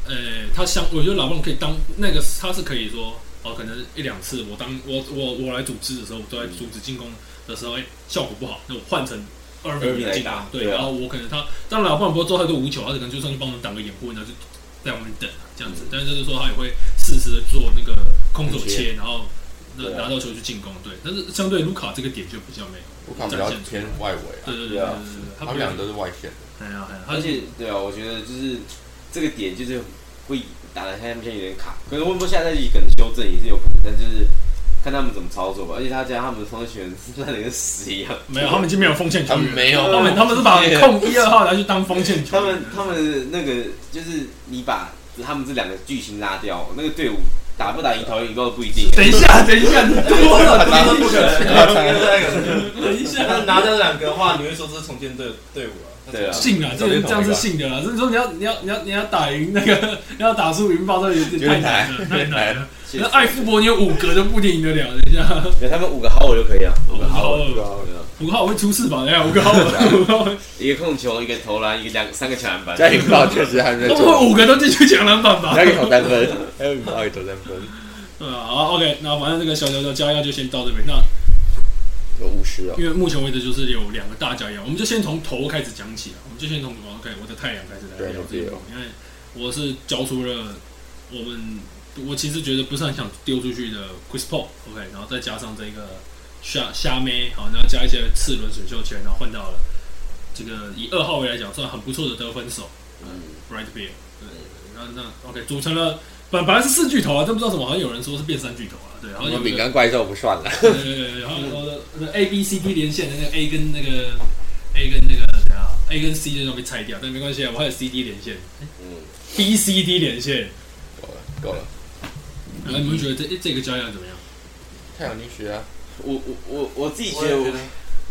[SPEAKER 1] 呃，他相，我觉得老布朗可以当那个，他是可以说，哦，可能一两次我当我我我来组织的时候，我都在阻止进攻的时候，哎、效果不好，那我换成二比
[SPEAKER 2] 2-1
[SPEAKER 1] 零
[SPEAKER 2] 来
[SPEAKER 1] 进攻
[SPEAKER 2] 打，
[SPEAKER 1] 对，
[SPEAKER 2] 对啊
[SPEAKER 1] 然后我可能他，当然老布朗不会做太多无球，他可能就算是帮我们挡个掩护，然后就在外面等这样子，但是就是说他也会适时的做那个空手
[SPEAKER 4] 空
[SPEAKER 1] 切，
[SPEAKER 4] 切
[SPEAKER 1] 然后那
[SPEAKER 2] 对啊
[SPEAKER 1] 拿到球去进攻，对，但是相对卢卡这个点就比较没有，
[SPEAKER 4] 我看比较偏外围啊
[SPEAKER 1] 对，对对对
[SPEAKER 2] 对
[SPEAKER 1] 对
[SPEAKER 2] 啊
[SPEAKER 1] 对，
[SPEAKER 4] 他
[SPEAKER 1] 不
[SPEAKER 4] 们两个都是外线的。
[SPEAKER 1] 哎呀哎呀，
[SPEAKER 2] 而且对啊，我觉得就是这个点就是会打得他们现在有点卡，可能温波下赛季可能修正也是有可能，但就是看他们怎么操作吧。而且他加上他们的防守球员 是烂的跟屎一样，
[SPEAKER 1] 没有，他们已经嗯没有锋线球
[SPEAKER 4] 他们
[SPEAKER 1] 员了。
[SPEAKER 4] 没有，
[SPEAKER 1] 他们他们是把
[SPEAKER 4] 对
[SPEAKER 1] 控一二号拿去当锋线球
[SPEAKER 2] 他
[SPEAKER 1] 员
[SPEAKER 2] 们他们那个就是你把他们这两个巨星拉掉，那个队伍打不打赢桃园都不一定。
[SPEAKER 1] 等一下，等一下，你多了，
[SPEAKER 4] 拿不可
[SPEAKER 1] 等一下，
[SPEAKER 3] 那拿掉两个的话，你会说这是重建队队伍啊？
[SPEAKER 2] 对啊
[SPEAKER 1] 信啊，这个这样是信的啦。所以说你要你要你要你要打赢那个， 你要打输云豹，这有点太难了，太难了。
[SPEAKER 2] 其实
[SPEAKER 1] 那艾富伯你有五个都不一定赢得了，等一下，
[SPEAKER 2] 没有他们五个好友就可以了，
[SPEAKER 1] 五个好友
[SPEAKER 2] 五个好友，
[SPEAKER 1] 五号会出事吧？等一下，五个好友，五个好友，
[SPEAKER 2] 一个控球，一个投篮，一个两三个抢篮板。
[SPEAKER 4] 加引爆确实还没
[SPEAKER 1] 他们会
[SPEAKER 4] 做，
[SPEAKER 1] 五个都进去抢篮板吧
[SPEAKER 4] 加？引爆三分，还有引爆也投三分，
[SPEAKER 1] 嗯，好，OK，那反正这个小小小加压就先到这边。那
[SPEAKER 4] 有五十哦。
[SPEAKER 1] 因为目前为止就是有两个大家一样，我们就先从头开始讲起啊，我们就先从我 OK 我的太阳开始来
[SPEAKER 4] 对
[SPEAKER 1] 聊
[SPEAKER 4] 你
[SPEAKER 1] 这
[SPEAKER 4] 自
[SPEAKER 1] 个
[SPEAKER 4] 哦由，
[SPEAKER 1] 因为我是交出了我们我其实觉得不是很想丢出去的 Chris Paul OK，然后再加上这个虾虾妹好，然后加一些次轮选秀权，然后换到了这个以二号位来讲算很不错的得分手
[SPEAKER 2] 嗯，
[SPEAKER 1] Bright Beal，对，那那 OK 组成了本本来是四巨头啊，但不知道怎么好像有人说是变三巨头啊，对，然后
[SPEAKER 4] 我
[SPEAKER 1] 有
[SPEAKER 4] 们
[SPEAKER 1] 一
[SPEAKER 4] 饼
[SPEAKER 1] 个
[SPEAKER 4] 干怪兽不算了，
[SPEAKER 1] 对对对，对嗯然后说那 A B C D 连线的那个 A 跟那个 A 跟那个怎样？A 跟 C 就都被拆掉，但没关系啊，我还有 C D 连线
[SPEAKER 2] 嗯，
[SPEAKER 1] ，B C D 连线。
[SPEAKER 4] 够了够了。
[SPEAKER 1] 然后你们觉得这诶这个交易量怎么样？
[SPEAKER 4] 太阳力学啊，
[SPEAKER 2] 我我我我自己觉
[SPEAKER 3] 我
[SPEAKER 2] 得
[SPEAKER 3] 也
[SPEAKER 2] 我
[SPEAKER 3] 觉，得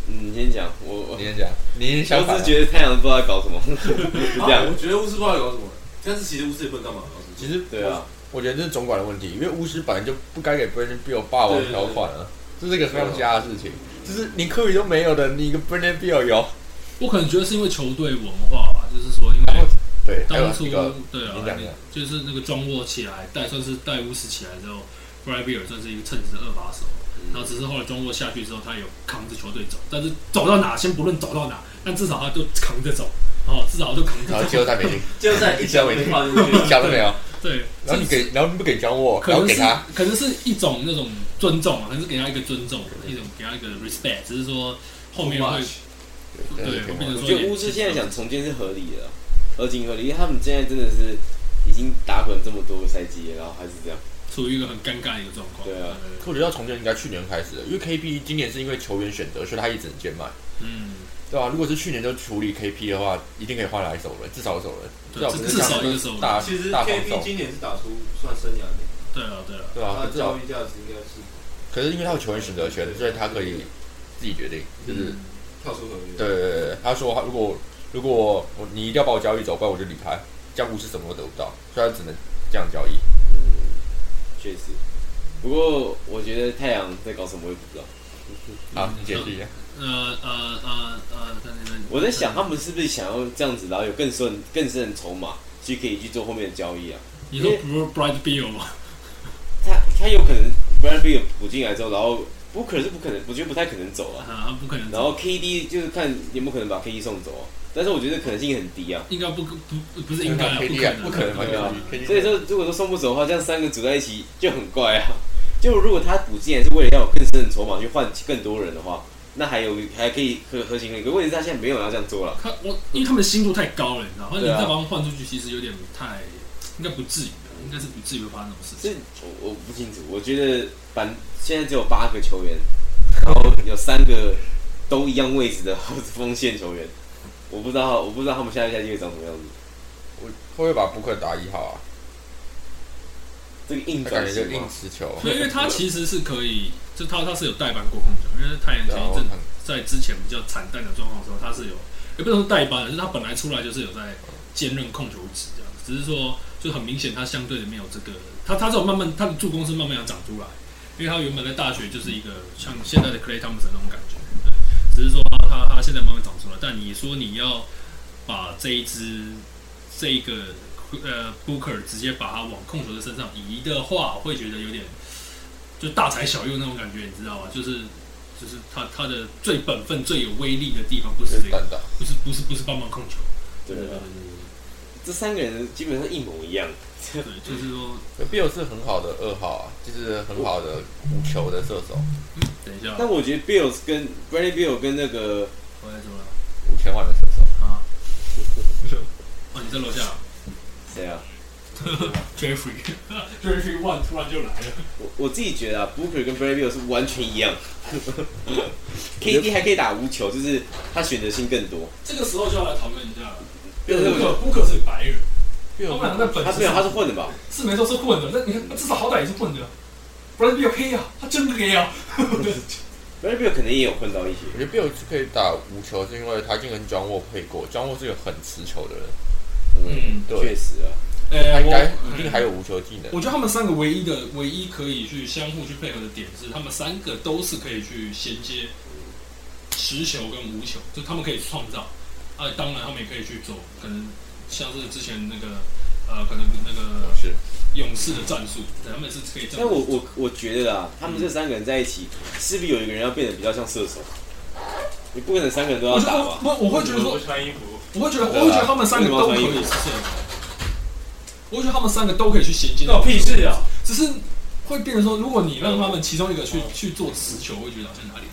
[SPEAKER 2] 嗯，你先讲，我我
[SPEAKER 4] 你先讲，你先想
[SPEAKER 2] 我
[SPEAKER 4] 法
[SPEAKER 2] 只是。觉得太阳不知道在搞什么，就这
[SPEAKER 3] 啊
[SPEAKER 2] 样
[SPEAKER 3] 我。觉得巫师不知道搞什么，但是其实巫师也不能干嘛。老实
[SPEAKER 4] 其实
[SPEAKER 2] 对啊，
[SPEAKER 4] 我觉得这是总管的问题，因为巫师本来就不该给 Brandon Beal 霸王条款啊，这是一个非常瞎的事情。就是你科比都没有的，你一个 Brandon Beal 有，
[SPEAKER 1] 我可能觉得是因为球队文化吧，就是说因
[SPEAKER 4] 然后
[SPEAKER 1] 为
[SPEAKER 4] 对，还有
[SPEAKER 1] 当初
[SPEAKER 4] 一个
[SPEAKER 1] 对啊
[SPEAKER 4] 你讲的，
[SPEAKER 1] 就是那个庄沃起来带算是带乌斯起来之后 b r a d b e r 算是一个称职的二把手，
[SPEAKER 4] 嗯
[SPEAKER 1] 然后只是后来庄沃下去之后，他有扛着球队走，但是走到哪先不论走到哪，但至少他就扛着走，哦，至少都扛
[SPEAKER 4] 然
[SPEAKER 1] 着
[SPEAKER 4] 后
[SPEAKER 1] 走，
[SPEAKER 4] 季后赛没 进，
[SPEAKER 3] 就在一脚没跨进
[SPEAKER 4] 你
[SPEAKER 3] 去，
[SPEAKER 4] 讲都没有，
[SPEAKER 1] 对，
[SPEAKER 4] 然后你给，然后你不给张沃，
[SPEAKER 1] 可
[SPEAKER 4] 然后
[SPEAKER 1] 能
[SPEAKER 4] 给
[SPEAKER 1] 是
[SPEAKER 4] 他，
[SPEAKER 1] 可能是一种那种尊重啊，可能是给他一个尊重，一种给他一个 respect，只是说后面会
[SPEAKER 3] Too much
[SPEAKER 1] 对
[SPEAKER 4] 对，
[SPEAKER 1] 会变成
[SPEAKER 2] 我
[SPEAKER 1] 说
[SPEAKER 2] 觉得
[SPEAKER 1] 也
[SPEAKER 2] 巫师现在想重建是合理的，合情合理，因为他们现在真的是已经打滚这么多个赛季了，然后还是这样。
[SPEAKER 1] 处于一个很尴尬的一个状况。
[SPEAKER 2] 对啊
[SPEAKER 4] 我觉得要重建应该去年开始的，因为 KP 今年是因为球员选择，所以他一整间卖，
[SPEAKER 1] 嗯，
[SPEAKER 4] 对吧、如果是去年就处理 KP 的话，一定可以换来手人，至少有手人，
[SPEAKER 1] 对
[SPEAKER 4] 少不是
[SPEAKER 1] 至少
[SPEAKER 4] 像
[SPEAKER 1] 一个手人
[SPEAKER 4] 大
[SPEAKER 3] 其实
[SPEAKER 4] 大防
[SPEAKER 3] KP
[SPEAKER 4] 守，
[SPEAKER 3] 今年是打出算生涯的，
[SPEAKER 1] 对啊，对啊，
[SPEAKER 4] 对吧、
[SPEAKER 3] 他
[SPEAKER 4] 可
[SPEAKER 3] 的
[SPEAKER 4] 至少
[SPEAKER 3] 交易价值应该是
[SPEAKER 4] 可是因为他有球员选择权，所以他可以自己决定，就是、
[SPEAKER 1] 嗯
[SPEAKER 3] 跳出合约。
[SPEAKER 4] 对对对对，他说他如果如果我你一定要把我交易走，不然我就离开，这样巫师什么都得不到，所以他只能这样交易。
[SPEAKER 2] 确实，不过我觉得太阳在搞什么我也不知道。
[SPEAKER 4] 好，你嗯解释一下。
[SPEAKER 1] 呃呃呃呃，等等等，
[SPEAKER 2] 我在想，他们是不是想要这样子，然后有更深更深的筹码，去可以去做后面的交易啊？
[SPEAKER 1] 你说不是 Bright Bill 吗？
[SPEAKER 2] 他他有可能 b r a d b 补进来之后，然后 Booker 是不可能，我觉得不太可能走啊。
[SPEAKER 1] 啊，不可能。
[SPEAKER 2] 然后 KD 就是看有没有可能把 KD 送走、啊，但是我觉得可能性很低啊。
[SPEAKER 1] 应该不可不不是应该啊不
[SPEAKER 4] KD
[SPEAKER 1] 可
[SPEAKER 4] 啊
[SPEAKER 1] 能，
[SPEAKER 4] 不可能吧
[SPEAKER 2] 对啊
[SPEAKER 4] ？KD，
[SPEAKER 2] 所以说，如果说送不走的话，这样三个组在一起就很怪啊。就如果他补进来是为了要有更深的筹码去换更多人的话，那还有还可以合合情合理。可问题是他现在没有要这样做了。
[SPEAKER 1] 他我因为他们的心度太高了，你知道吗？你
[SPEAKER 2] 对啊
[SPEAKER 1] 再把他们换出去，其实有点太应该不至于啊，应该是不至于会发生这种事
[SPEAKER 2] 这
[SPEAKER 1] 情。
[SPEAKER 2] 我我不清楚，我觉得板现在只有八个球员，然后有三个都一样位置的锋线球员，我不知道我不知道他们下一个赛季会长什么样子。
[SPEAKER 4] 我会不会把 Booker 打一号啊？
[SPEAKER 2] 这个硬
[SPEAKER 4] 他感
[SPEAKER 2] 转
[SPEAKER 4] 觉
[SPEAKER 2] 型
[SPEAKER 4] 就
[SPEAKER 2] 吗
[SPEAKER 4] 硬持球。啊
[SPEAKER 1] 对，因为他其实是可以，就他他是有代班过控球，因为太阳前一阵
[SPEAKER 4] 对啊
[SPEAKER 1] 在之前比较惨淡的状况的时候，他是有，也不能说代班，就是他本来出来就是有在兼任控球值这样子，只是说就很明显他相对的没有这个，他他这种慢慢他的助攻是慢慢要长出来，因为他原本在大学就是一个像现在的 Clay Thompson 那种感觉，对，只是说他他他现在慢慢长出来，但你说你要把这一支这一个呃 Booker 直接把它往控球的身上移的话，我会觉得有点就大材小用那种感觉，你知道吗？就是就是他他的最本分、最有威力的地方不
[SPEAKER 4] 就是
[SPEAKER 1] 这
[SPEAKER 4] 是
[SPEAKER 1] 个，
[SPEAKER 4] 单打，
[SPEAKER 1] 不是不是不是帮忙控球，
[SPEAKER 2] 对
[SPEAKER 1] 对
[SPEAKER 2] 啊，这三个人基本上一模一样。
[SPEAKER 1] 对对，就是说，
[SPEAKER 4] 可 Bill 是很好的二号啊，就是很好的无球的射手，
[SPEAKER 1] 嗯等一
[SPEAKER 4] 啊
[SPEAKER 1] 下，
[SPEAKER 2] 但我觉得 Bills 跟 Bradley Bill 跟那个
[SPEAKER 1] 我来怎么了
[SPEAKER 4] 五千万的射手。
[SPEAKER 1] 啊？哦，你在楼下
[SPEAKER 2] 谁啊？
[SPEAKER 1] ，Jeffrey，Jeffrey One 突然就来了，
[SPEAKER 2] 我我自己觉得啊，Booker 跟 Bradley Bill 是完全一 样。KD 还可以打无球，就是他选择性更多。
[SPEAKER 1] 这个时候就要来讨论一下了。
[SPEAKER 2] 对对对
[SPEAKER 1] 布克是白人，他
[SPEAKER 4] Bill
[SPEAKER 1] 们两个在本
[SPEAKER 2] 他
[SPEAKER 1] 质
[SPEAKER 2] 没有，他
[SPEAKER 1] 上
[SPEAKER 2] 是混的吧？
[SPEAKER 1] 是没错是混的，那你看至少好歹也是混的，不然比较黑啊，他真黑啊。
[SPEAKER 2] Bradley Bill 可能也有混到一些。
[SPEAKER 4] 我觉得 Bill 是可以打无球，是因为他已经跟 John Wall 配过，John Wall 是个很持球的人，
[SPEAKER 1] 嗯
[SPEAKER 4] 对
[SPEAKER 2] 确实啊。
[SPEAKER 1] 呃
[SPEAKER 4] 他应该一定还有无球技能。
[SPEAKER 1] 我觉得他们三个唯一的唯一可以去相互去配合的点是，他们三个都是可以去衔接持球跟无球，就他们可以创造。啊，当然他们也可以去做，可能像是之前那个呃，可能那
[SPEAKER 2] 嗯
[SPEAKER 1] 个
[SPEAKER 4] 是，
[SPEAKER 1] 勇士的战术，对他们是可以这
[SPEAKER 2] 但
[SPEAKER 1] 样
[SPEAKER 2] 我我我觉得啊，他们这三个人在一起，势必有一个人要变得比较像射手。你不可能三个人都要
[SPEAKER 1] 我觉
[SPEAKER 2] 打
[SPEAKER 1] 得
[SPEAKER 2] 吧？
[SPEAKER 1] 我我会觉得说
[SPEAKER 3] 不，穿衣服，
[SPEAKER 1] 我会觉得我会觉得他们三个都可
[SPEAKER 3] 啊
[SPEAKER 1] 以是射手，我会觉得他们三个都可以去衔接。
[SPEAKER 3] 那我屁事啊！
[SPEAKER 1] 只是会变成说，如果你让他们其中一个去
[SPEAKER 4] 哦
[SPEAKER 1] 去做持球，我会觉得好像哪里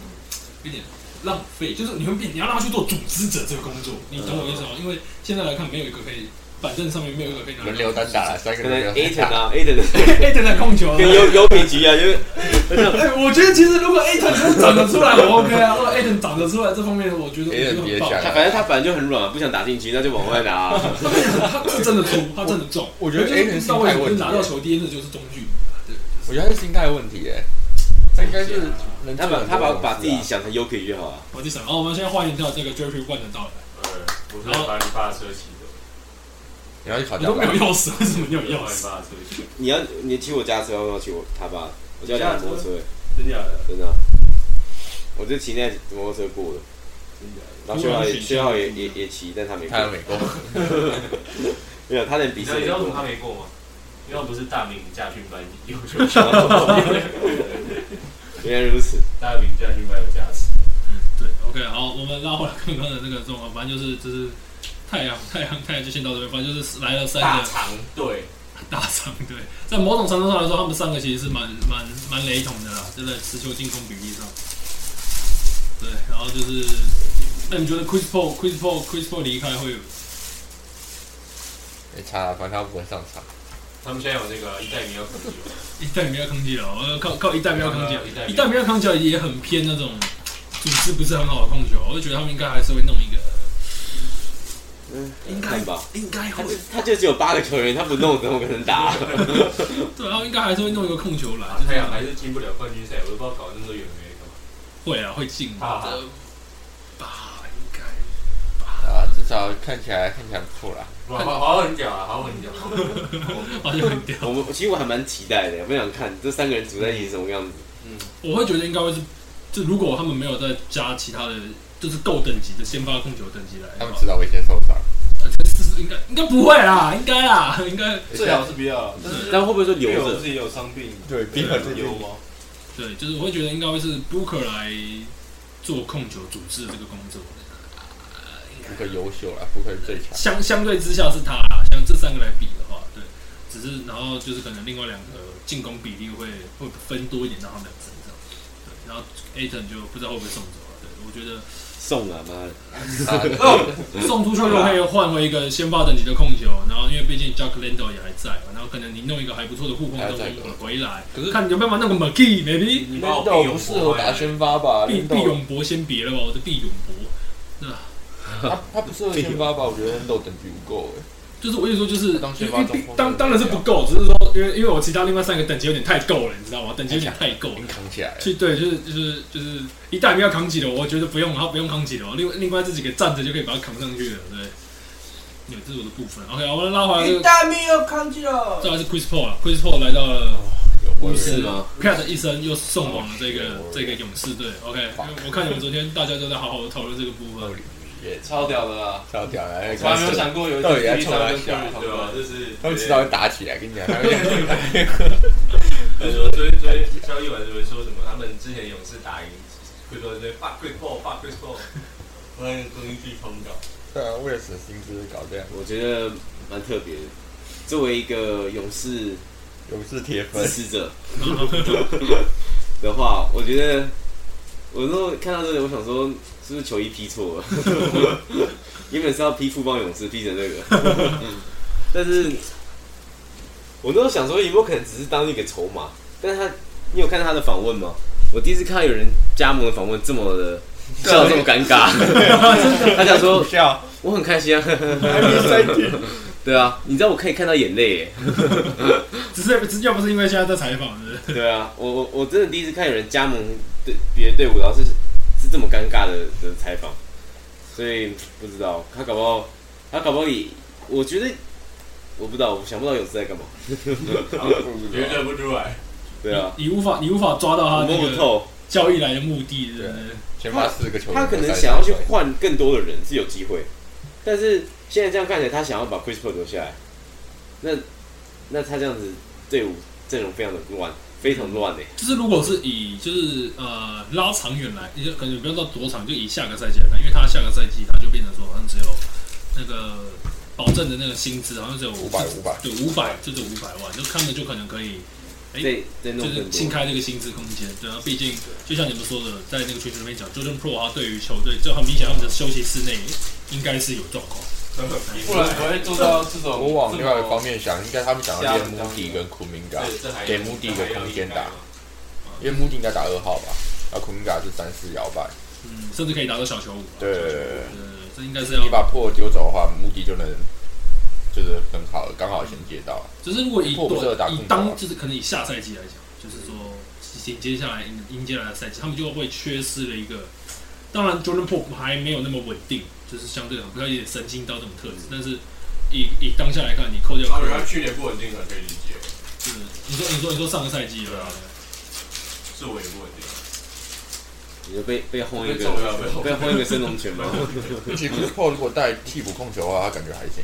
[SPEAKER 1] 有点浪费。就是你会变，你要让他去做组织者这个工作，你懂我意思吗？因为现在来看，没有一个可以，板凳上面没有一个可以拿
[SPEAKER 4] 轮流单打，三个
[SPEAKER 2] 可
[SPEAKER 4] 人
[SPEAKER 2] 能
[SPEAKER 4] 轮流
[SPEAKER 2] A
[SPEAKER 4] 单
[SPEAKER 2] n
[SPEAKER 4] 打。
[SPEAKER 2] 啊，A n
[SPEAKER 1] 艾特来控 球啊。
[SPEAKER 2] 跟优优比级啊，就是
[SPEAKER 1] 哎，我觉得其实如果艾特真的长得出来，我 OK 啊。如果艾特长得出来这方面，我觉得我觉
[SPEAKER 4] Ayton
[SPEAKER 1] 得很
[SPEAKER 4] 别
[SPEAKER 1] 棒。
[SPEAKER 4] 想
[SPEAKER 2] 他反正他本来就很软啊，不想打进去，那就往外打啊。
[SPEAKER 1] 他真的他是真的突，他真的重。
[SPEAKER 4] 我觉得
[SPEAKER 1] 就
[SPEAKER 4] Ayton
[SPEAKER 1] 是
[SPEAKER 4] 心
[SPEAKER 1] 到位
[SPEAKER 4] 态问题
[SPEAKER 1] 拿到球，第一次就是中距离啊。对，
[SPEAKER 4] 我觉得他是心态问题耶，他应该是能
[SPEAKER 2] 他
[SPEAKER 4] 做
[SPEAKER 2] 把
[SPEAKER 4] 很多
[SPEAKER 2] 他把把
[SPEAKER 4] 东
[SPEAKER 2] 自
[SPEAKER 4] 西啊
[SPEAKER 2] 己想成 U K 就好啊。
[SPEAKER 1] 我就想，哦，我们现在换一跳这个 Jeffrey One 的到来，
[SPEAKER 3] 呃，我是把你爸的车骑走，
[SPEAKER 4] 你要去考
[SPEAKER 1] 你
[SPEAKER 4] 掉
[SPEAKER 1] 都没有
[SPEAKER 4] 吧。
[SPEAKER 1] 钥匙，为什么你有
[SPEAKER 3] 我要
[SPEAKER 1] 钥
[SPEAKER 3] 把你
[SPEAKER 1] 匙？
[SPEAKER 3] 爸的车骑走，
[SPEAKER 2] 你要你骑我家车，要不要骑我他爸？我叫他摩托车，
[SPEAKER 3] 真假的？
[SPEAKER 2] 真的啊。我就骑那台摩托车过的，
[SPEAKER 3] 真假的？
[SPEAKER 2] 然后薛浩
[SPEAKER 1] 不
[SPEAKER 2] 也
[SPEAKER 1] 然
[SPEAKER 2] 薛浩也也也骑，但他没过
[SPEAKER 4] 他。有美国，
[SPEAKER 2] 没有，他连
[SPEAKER 3] 你
[SPEAKER 2] 比
[SPEAKER 3] 知
[SPEAKER 2] 赛
[SPEAKER 3] 道
[SPEAKER 2] 没
[SPEAKER 3] 你知道为什么
[SPEAKER 2] 过。
[SPEAKER 3] 他没过吗？因为他不是大名驾训班有 有加 持，
[SPEAKER 2] 原来如此，
[SPEAKER 3] 大名驾训班有加持。
[SPEAKER 1] 对，OK，好，我们拉回来刚刚的那个状况，反正就是就是太阳太阳太阳就先到这边，反正就是来了三
[SPEAKER 3] 大
[SPEAKER 1] 个
[SPEAKER 3] 长队，
[SPEAKER 1] 大伤，对，在某种程度上来说，他们三个其实是蛮蛮蛮雷同的啦，就在持球进攻比例上。对，然后就是，那你觉得 Chris Paul Chris Paul Chris Paul 离开会有
[SPEAKER 4] 没差啊，反正他不会上场。
[SPEAKER 3] 他们现在有那个一代名要可惜
[SPEAKER 1] 一代没有康吉了，我哦呃靠靠一代没有康吉
[SPEAKER 3] 一代没，有
[SPEAKER 1] 一代没有康吉也很偏那种组织不是很好的控球，我就觉得他们应该还是会弄一个，
[SPEAKER 2] 嗯，
[SPEAKER 1] 应该
[SPEAKER 2] 看吧。
[SPEAKER 1] 应该
[SPEAKER 2] 他
[SPEAKER 1] 会
[SPEAKER 2] 就他就只有八个球员，他不弄怎么可能打、
[SPEAKER 1] 对，然后应该还是会弄一个控球来，
[SPEAKER 3] 啊
[SPEAKER 1] 就，是
[SPEAKER 3] 太阳还是进不了冠军赛，我都不知道搞那么多有的没的干嘛。
[SPEAKER 1] 会啊，会进吧
[SPEAKER 3] 啊？
[SPEAKER 1] 这吧，应该
[SPEAKER 4] 啊，至少看起来看起来不错啦。
[SPEAKER 3] 哇，好好很屌啊，好很屌！
[SPEAKER 1] 好像很屌。
[SPEAKER 2] 我们其实我还蛮期待的，我想看这三个人组在一起是什么样子。
[SPEAKER 1] 我会觉得应该会是就如果他们没有再加其他的，就是够等级的先发控球等级来
[SPEAKER 4] 他
[SPEAKER 1] 的
[SPEAKER 4] 们
[SPEAKER 1] 话，
[SPEAKER 4] 迟早会先受伤。
[SPEAKER 1] 呃这是是应该应该不会啦，应该啦， 应该
[SPEAKER 3] 最好是不要，但是
[SPEAKER 2] 但会不会说留
[SPEAKER 3] 队友
[SPEAKER 2] 着
[SPEAKER 3] 自？己有伤病，
[SPEAKER 4] 对冰河最近
[SPEAKER 3] 有吗？
[SPEAKER 1] 对，就是我会觉得应该会是 Booker 来做控球组织的这个工作。
[SPEAKER 4] 不可优秀啊，不可最强。
[SPEAKER 1] 相相对之下是他啦，像这三个来比的话，对，只是然后就是可能另外两个进攻比例会会分多一点到他们俩身上，对，然后 Aton 就不知道会不会送走了，对我觉得
[SPEAKER 2] 送啊妈的！
[SPEAKER 4] 啊
[SPEAKER 1] 送出去就可以换回一个先发等级的控球，然后因为毕竟 Jack Lando 也还在嘛，然后可能你弄一个还不错的护空
[SPEAKER 4] 还
[SPEAKER 1] 中
[SPEAKER 4] 在的
[SPEAKER 1] 回来，
[SPEAKER 4] 可是
[SPEAKER 1] 看有没有办法弄个 McGee maybe
[SPEAKER 3] 你把我
[SPEAKER 4] 那
[SPEAKER 3] 逼
[SPEAKER 4] 我
[SPEAKER 3] 永
[SPEAKER 4] 不适合打先发 吧？
[SPEAKER 1] 毕
[SPEAKER 4] 运
[SPEAKER 1] 毕
[SPEAKER 4] 动
[SPEAKER 1] 永博先别了吧，我的毕永博，那
[SPEAKER 4] 他他不适合先发吧？我觉得 Endo 等级不够哎。
[SPEAKER 1] 就是我意思说，就是
[SPEAKER 4] 当
[SPEAKER 1] 因
[SPEAKER 4] 先发
[SPEAKER 1] 为
[SPEAKER 4] 中
[SPEAKER 1] 毕
[SPEAKER 4] 锋
[SPEAKER 1] 当
[SPEAKER 4] 的
[SPEAKER 1] 当然是
[SPEAKER 4] 料
[SPEAKER 1] 不够，只是说因为因为我其他另外三个等级有点太够了，你知道吗？等级有点太够了
[SPEAKER 4] 硬。扛起来，
[SPEAKER 1] 去对，就是就是就是一旦要扛起了，我觉得不用他不用扛起了，另外另外自己给站着就可以把它扛上去了，对。有这是我的部分，OK，我们拉回来这
[SPEAKER 4] 哎
[SPEAKER 1] 个，
[SPEAKER 3] 大没有抗拒了
[SPEAKER 1] 再来是 Chris Paul 了，Chris Paul 来到了
[SPEAKER 4] 有
[SPEAKER 2] 是
[SPEAKER 4] 是
[SPEAKER 2] 吗？
[SPEAKER 1] 啪的一声又送往了这个
[SPEAKER 4] 哦
[SPEAKER 1] 这个勇士队，OK，因为我看你们昨天大家都在好好的讨论这个部
[SPEAKER 2] 哦
[SPEAKER 1] 分，
[SPEAKER 3] 超屌的啦！
[SPEAKER 4] 超屌啊的，
[SPEAKER 3] 从来没有想过有一
[SPEAKER 4] 到底
[SPEAKER 3] 次
[SPEAKER 4] 在
[SPEAKER 3] 第一场
[SPEAKER 4] 冲哪
[SPEAKER 3] 跟
[SPEAKER 4] 小
[SPEAKER 3] Curry 同
[SPEAKER 5] 对吧？
[SPEAKER 3] 队，
[SPEAKER 5] 就是
[SPEAKER 4] 他们迟早会打起来，跟你讲，他们
[SPEAKER 5] 就是说昨天昨天交易完就会说什么，他们之前勇士打赢，会说那 fuck Chris Paul，fuck Chris Paul，我很攻击疯掉。
[SPEAKER 4] 对啊，威尔史薪资搞这样，
[SPEAKER 2] 我觉得蛮特别的。作为一个勇士
[SPEAKER 4] 勇士铁粉
[SPEAKER 2] 支， 持者的话，我觉得我那时候看到这里，我想说是不是球衣批错了？ 原本是要批富邦勇士，批成这个，但是我那时候想说有没有可能只是当一个筹码？但是他，你有看到他的访问吗？我第一次看到有人加盟的访问这么的笑得这么尴尬， 他想说
[SPEAKER 4] 笑，
[SPEAKER 2] 我很开心啊，
[SPEAKER 4] 还没三点，
[SPEAKER 2] 对啊，你知道我可以看到眼泪耶。
[SPEAKER 1] 只是只是要不是因为现在在采访，对不对？
[SPEAKER 2] 对啊，我我我真的第一次看有人加盟对别的队伍，然后是是这么尴尬的的采访，所以不知道他搞不好他搞不好也，我觉得我不知道，我想不到勇士在干嘛。
[SPEAKER 5] 绝对不出来，
[SPEAKER 2] 对啊，
[SPEAKER 1] 你无法你无法抓到
[SPEAKER 2] 我
[SPEAKER 1] 他
[SPEAKER 2] 摸
[SPEAKER 1] 嗯那
[SPEAKER 2] 不
[SPEAKER 1] 个
[SPEAKER 2] 透，
[SPEAKER 1] 交易来的目的，对不对？
[SPEAKER 4] 先发四个球员，
[SPEAKER 2] 他可能想要去换更多的人是有机会，但是现在这样看起来，他想要把 Chris Paul 留下来，那那他这样子队伍阵容非常的乱，非常乱欸诶、
[SPEAKER 1] 就是如果是以就是呃拉长远来，你就可能不用到多长，就以下个赛季来看，因为他下个赛季他就变成说好像只有那个保证的那个薪资好像只有
[SPEAKER 4] 五百五百，
[SPEAKER 1] 对五百就是五百万，就看着就可能可以哎
[SPEAKER 2] 欸，再
[SPEAKER 1] 就
[SPEAKER 2] 再弄
[SPEAKER 1] 是
[SPEAKER 2] 更
[SPEAKER 1] 新
[SPEAKER 2] 多。
[SPEAKER 1] 开这个薪资空间，对啊，毕竟就像你们说的，在那个群组里面讲，Jordan Pro 他对于球队就很明显他们的休息室内应该是有状况，
[SPEAKER 3] 不然不会做到这种。
[SPEAKER 4] 我往另外一个方
[SPEAKER 3] 面，
[SPEAKER 4] 面想，应该他们想要练穆迪跟库明嘎，
[SPEAKER 5] 对，这还
[SPEAKER 4] 啊给穆迪一个空间啊打，因为穆迪应该打二号吧，然后库明嘎是三四摇摆，
[SPEAKER 1] 嗯，甚至可以达到小球五，
[SPEAKER 4] 对
[SPEAKER 1] 小球五对这应该是
[SPEAKER 4] 你
[SPEAKER 1] 要，
[SPEAKER 4] 把破丢走的话，穆迪就能就是很好，刚好衔接到。
[SPEAKER 1] 就是如果以
[SPEAKER 4] 破不是有打
[SPEAKER 1] 以
[SPEAKER 4] 控球
[SPEAKER 1] 当
[SPEAKER 4] 啊
[SPEAKER 1] 就是可能以下赛季来讲，就是说紧接下来迎迎接来的赛季，他们就会缺失了一个。当然，Jordan p o p 还没有那么稳定，就是相对来讲，不要有点神经到这种特质。但是以以当下来看，你扣掉
[SPEAKER 5] 当
[SPEAKER 1] Curry，
[SPEAKER 5] 然啊他去年不稳定，很可以理解，
[SPEAKER 1] 就是你说你说你说上个赛季对啊吧？
[SPEAKER 5] 是我也不稳定。
[SPEAKER 2] 你就被被轰一
[SPEAKER 5] 被
[SPEAKER 2] 个
[SPEAKER 5] 揍了被轰
[SPEAKER 2] 被轰一个升龙拳吗？
[SPEAKER 4] 其实 p a 如果带替补控球的话，他感觉还行，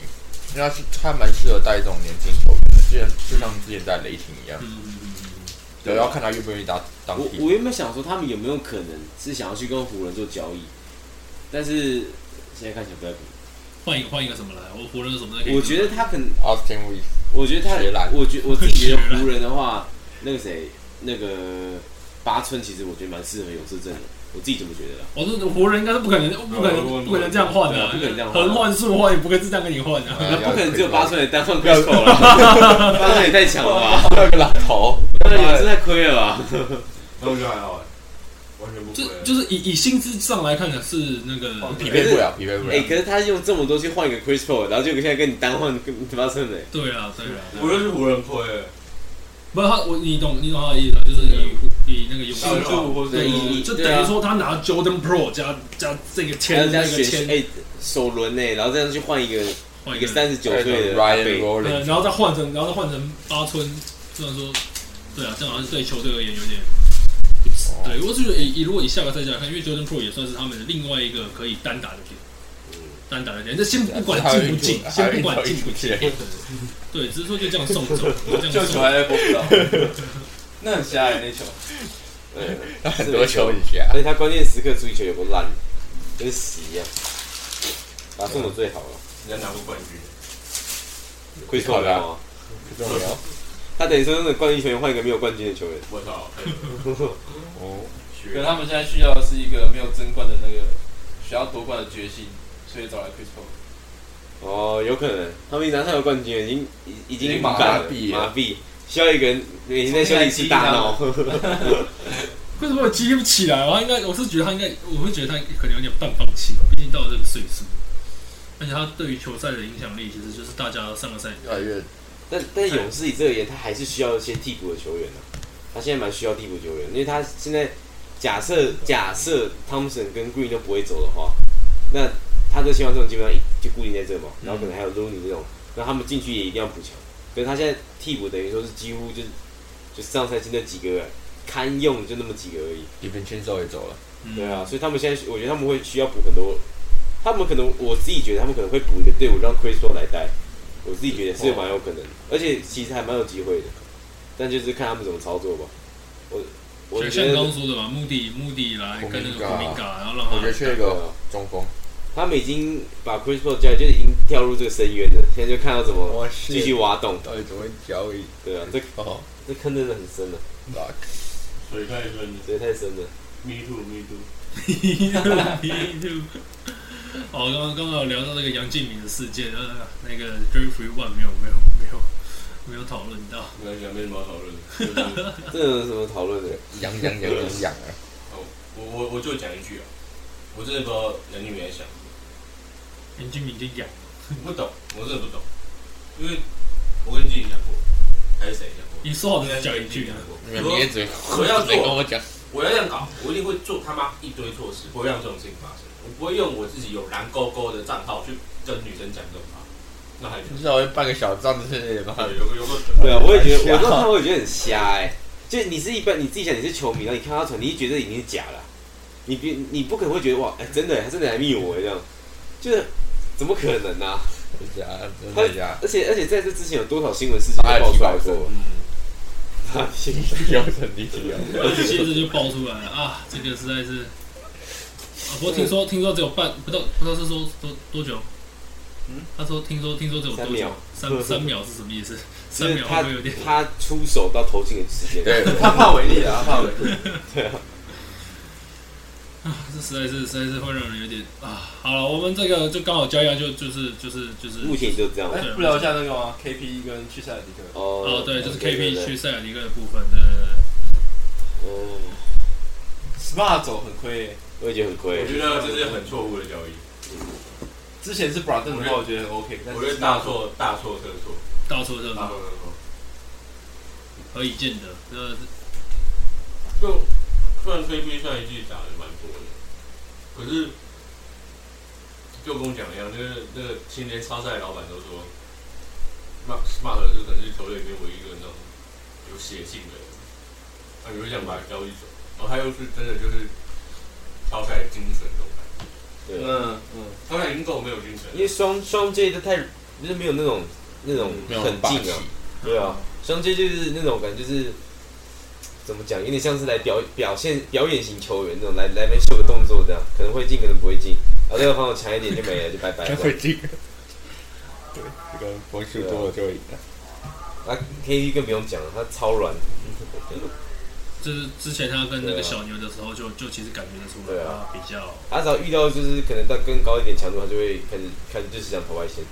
[SPEAKER 4] 因为他是他蛮适合带这种年轻球员的，就像就像之前带雷霆一样，
[SPEAKER 1] 嗯嗯嗯嗯
[SPEAKER 4] 对，要看他愿不愿意打当
[SPEAKER 2] 我
[SPEAKER 4] 替
[SPEAKER 2] 我
[SPEAKER 4] 补。
[SPEAKER 2] 原本想说他们有没有可能是想要去跟湖人做交易，但是现在看起来不太可
[SPEAKER 1] 换一个换一个什么来？我湖人有什么的可以做？
[SPEAKER 2] 能。我觉得他可能，
[SPEAKER 4] Austin w e e
[SPEAKER 2] 我觉得他
[SPEAKER 4] 学懒，
[SPEAKER 2] 我觉我自己觉
[SPEAKER 1] 学
[SPEAKER 2] 得
[SPEAKER 1] 懒
[SPEAKER 2] 湖人的话，那个谁，那个呃八村其实我觉得蛮适合勇士阵容，我自己这么觉得啦。
[SPEAKER 1] 我是湖人应该是不可能不可
[SPEAKER 3] 我我
[SPEAKER 1] 能不可能这样换的啊，
[SPEAKER 2] 对不可能这样换
[SPEAKER 1] 横换竖换也不可能是这样跟你换的啊。
[SPEAKER 4] 啊
[SPEAKER 2] 那不可能只有八村的单换
[SPEAKER 4] 要
[SPEAKER 2] Chris Paul 啦，八村也太强了吧？
[SPEAKER 4] 要个老头，
[SPEAKER 2] 当然勇士太亏了吧？
[SPEAKER 5] 那我觉得还好，完全不
[SPEAKER 1] 就
[SPEAKER 5] 亏。
[SPEAKER 1] 就是以以薪资上来看的是那个
[SPEAKER 4] 匹配不了，匹配不
[SPEAKER 2] 哎，
[SPEAKER 4] 了。
[SPEAKER 2] 可是他用这么多去换一个 Chris Paul，然后就现在跟你单换跟八村的，
[SPEAKER 1] 对啊对啊，
[SPEAKER 5] 无论是湖人亏，
[SPEAKER 1] 不是他我你懂你懂他的意思，就是以以那个勇
[SPEAKER 3] 小
[SPEAKER 1] 士
[SPEAKER 3] 就或者
[SPEAKER 2] 对
[SPEAKER 3] 是
[SPEAKER 2] 以
[SPEAKER 1] 就
[SPEAKER 2] 对
[SPEAKER 1] 等
[SPEAKER 2] 啊
[SPEAKER 1] 于说他拿 Jordan Pro 加加这个
[SPEAKER 2] 还要
[SPEAKER 1] 签
[SPEAKER 2] 加
[SPEAKER 1] 那个
[SPEAKER 2] 选
[SPEAKER 1] 签
[SPEAKER 2] 哎首轮呢，然后这样去换一个。
[SPEAKER 1] 换
[SPEAKER 2] 一个哎三十九岁的阿
[SPEAKER 4] Ryan
[SPEAKER 2] 贝，
[SPEAKER 1] 呃，
[SPEAKER 4] Rollins，
[SPEAKER 1] 然后再换成然后再换成八村，虽然说对啊，这样好像对球队而言有点。对，我只觉得以以如果以下个赛季来看，因为 Jordan Pro 也算是他们的另外一个可以单打的点，单打的点。这先不管进不进，先不管进不进，
[SPEAKER 4] 进，
[SPEAKER 1] 对，只是说就这样送走，就这
[SPEAKER 3] 就
[SPEAKER 1] 样
[SPEAKER 3] 球
[SPEAKER 1] 送
[SPEAKER 3] 还在播不到， 那很瞎哎，那球。
[SPEAKER 2] 对，
[SPEAKER 4] 他很多球以下
[SPEAKER 2] 而，且他关键时刻出一球也不烂，跟屎一样。把送走最好了，
[SPEAKER 5] 人家拿过冠军，
[SPEAKER 3] 嗯
[SPEAKER 2] 会错的啊。
[SPEAKER 4] 不重要。
[SPEAKER 2] 他等于说，那冠军球员换一个没有冠军的球员，
[SPEAKER 5] 我操，
[SPEAKER 4] 哦，
[SPEAKER 3] 可他们现在需要的是一个没有争冠的那个，想要夺冠的决心，所以找来 Chris Paul。
[SPEAKER 2] 哦，有可能他们一拿上有冠军，已经已已
[SPEAKER 3] 已
[SPEAKER 2] 经
[SPEAKER 3] 经麻
[SPEAKER 4] 痹了
[SPEAKER 2] 麻痹，需要一个人每天在休息室大闹。
[SPEAKER 1] 为什么我激不起来？我应该，我是觉得他应该，我会觉得他可能有点半放弃吧，毕竟到了这个岁数，而且他对于球赛的影响力，其实就是大家上个赛季
[SPEAKER 4] 越来越
[SPEAKER 2] 但但勇士以这个而言，他还是需要一些替补的球员啊。他现在蛮需要替补球员，因为他现在假设假设汤 o 森跟 Green 都不会走的话，那他的希望这种基本上就固定在这嘛，然后可能还有 l o n y 这种，那他们进去也一定要补强。所以他现在替补等于说是几乎就是就上赛季那几个堪用就那么几个而已。
[SPEAKER 4] 一边牵手也走了，
[SPEAKER 2] 对啊，所以他们现在我觉得他们会需要补很多，他们可能我自己觉得他们可能会补一个队伍让 Chris Paul 来带，我自己觉得是蛮有可能，而且其实还蛮有机会的，但就是看他们怎么操作吧。我我
[SPEAKER 1] 就
[SPEAKER 2] 觉
[SPEAKER 1] 像你刚
[SPEAKER 2] 得
[SPEAKER 1] 刚说的嘛，目的目的来跟那个
[SPEAKER 4] 库
[SPEAKER 1] 库
[SPEAKER 4] 明
[SPEAKER 1] 明
[SPEAKER 4] 嘎
[SPEAKER 1] 嘎，然后让
[SPEAKER 4] 我觉
[SPEAKER 1] 他
[SPEAKER 4] 得缺一个中锋。
[SPEAKER 2] 他们已经把 Chris Paul 加入就已经跳入这个深渊了，现在就看到怎么
[SPEAKER 4] 我
[SPEAKER 2] 继续挖洞。
[SPEAKER 4] 到底怎么会交易？
[SPEAKER 2] 对啊，这
[SPEAKER 4] 哦
[SPEAKER 2] 这坑真的很深了，
[SPEAKER 4] ，luck，
[SPEAKER 5] 水太深了
[SPEAKER 2] 这也太深了。
[SPEAKER 5] ，me too，me too，
[SPEAKER 1] 哦，刚刚刚好聊到那个杨敬敏的事件，呃，那个 Jeffrey One 没有没有没有没有讨论到，
[SPEAKER 5] 没关系，没什么好讨论的。就是
[SPEAKER 2] 这有什么讨论的？
[SPEAKER 4] 养养养养养啊！
[SPEAKER 5] 我我我就讲一句啊，我真的不知道杨俊明在想什么，
[SPEAKER 1] 杨敬敏已经养，
[SPEAKER 5] 我不懂，我真的不懂，因为我跟静怡讲过，还是谁讲过？
[SPEAKER 1] 你说好的讲一句啊，
[SPEAKER 4] 你们你也只
[SPEAKER 5] 我要
[SPEAKER 4] 只跟
[SPEAKER 5] 做
[SPEAKER 4] 我讲，
[SPEAKER 5] 我要这样搞，我一定会做他妈一堆措施，不会让这种事情发生。我不会用我自己有蓝勾勾的账号去跟女生讲这种话，那还
[SPEAKER 4] 至少会办个小账之类的吧。
[SPEAKER 5] 有个有个
[SPEAKER 2] 对啊，我也觉得，
[SPEAKER 4] 瞎
[SPEAKER 2] 我知道他会觉得很瞎哎、就你是一般你自己想你是球迷，然后你看到他传，你就觉得已经是假了、你别你不可能会觉得哇，哎、真的、他真的来密我、这样，就是怎么可能呢、啊？
[SPEAKER 4] 假，真
[SPEAKER 2] 他
[SPEAKER 4] 的假，
[SPEAKER 2] 而且而且在这之前有多少新闻事件
[SPEAKER 4] 他还
[SPEAKER 2] 爆
[SPEAKER 4] 踢
[SPEAKER 2] 出来
[SPEAKER 4] 爆
[SPEAKER 5] 嗯
[SPEAKER 4] 过，
[SPEAKER 2] 他新
[SPEAKER 4] 有很低级啊！
[SPEAKER 1] 接着就爆出来了啊，这个实在是，啊，不过听说听说只有半不到不知道是说多多久，嗯，他说听说听说只有多
[SPEAKER 2] 三
[SPEAKER 1] 久
[SPEAKER 2] 秒，
[SPEAKER 1] 三三秒是什么意思？
[SPEAKER 2] 就
[SPEAKER 1] 三
[SPEAKER 2] 是
[SPEAKER 1] 秒
[SPEAKER 2] 他
[SPEAKER 1] 会不会有点，
[SPEAKER 2] 他出手到投进的时间，
[SPEAKER 4] 对，
[SPEAKER 3] 他怕伟力啊，他怕伟力。
[SPEAKER 1] 这实在是实在是会让人有点啊，好了，我们这个就刚好交易啊，就就是就是就是
[SPEAKER 2] 目前就这样。
[SPEAKER 3] 哎，不聊一下那个吗？KP 跟去塞尔迪克。
[SPEAKER 2] 哦
[SPEAKER 1] 哦，对，就是
[SPEAKER 2] 对对
[SPEAKER 1] KP
[SPEAKER 2] 对
[SPEAKER 1] 去塞尔迪克的部分对对对。
[SPEAKER 2] 哦，
[SPEAKER 3] Smart 走很亏欸，
[SPEAKER 2] 我也觉得很亏
[SPEAKER 5] 我。觉得这是很错误的交易，
[SPEAKER 3] 之前是 Brandon 的话，我觉得很 OK，但
[SPEAKER 5] 我觉
[SPEAKER 3] 是
[SPEAKER 5] 得大错大错特错，
[SPEAKER 1] 到处都是
[SPEAKER 2] 啊
[SPEAKER 5] 大错特错。
[SPEAKER 1] 可以见得，呃，
[SPEAKER 5] 就虽然 KP 上一季打的蛮多的，可是就跟我讲一样，那个那个青年超赛的老板都说，Smart Smart 就可能是球队里面唯一一个那种有血性的人，他有想把他交易走，然后他又是真的就是超赛精神这种感觉，
[SPEAKER 2] 对，
[SPEAKER 3] 嗯嗯，
[SPEAKER 5] 超赛已经够没有精神啊
[SPEAKER 2] 因为
[SPEAKER 5] 了，
[SPEAKER 2] 双双 J 都太就是没有那种那种
[SPEAKER 4] 没有
[SPEAKER 2] 很
[SPEAKER 4] 霸
[SPEAKER 2] 近
[SPEAKER 4] 气
[SPEAKER 2] 啊。，对啊，双 J 就是那种感觉，就是怎么讲，有点像是来表表现表演型球员那种，来来边秀个动作这样，可能会进，可能不会进。然后这个防守强一点就没了，就拜拜
[SPEAKER 4] 他
[SPEAKER 2] 了。
[SPEAKER 4] 会进。对，这个分数多了就会赢了。
[SPEAKER 2] 啊，K D 更不用讲了，他超软。
[SPEAKER 1] 就是之前他跟那
[SPEAKER 2] 对啊
[SPEAKER 1] 个小牛的时候就，就其实感觉得出
[SPEAKER 2] 对
[SPEAKER 1] 来，
[SPEAKER 2] 啊
[SPEAKER 1] 他比较，
[SPEAKER 2] 他只要遇到就是可能到更高一点强度，他就会开始开始就是想投外线。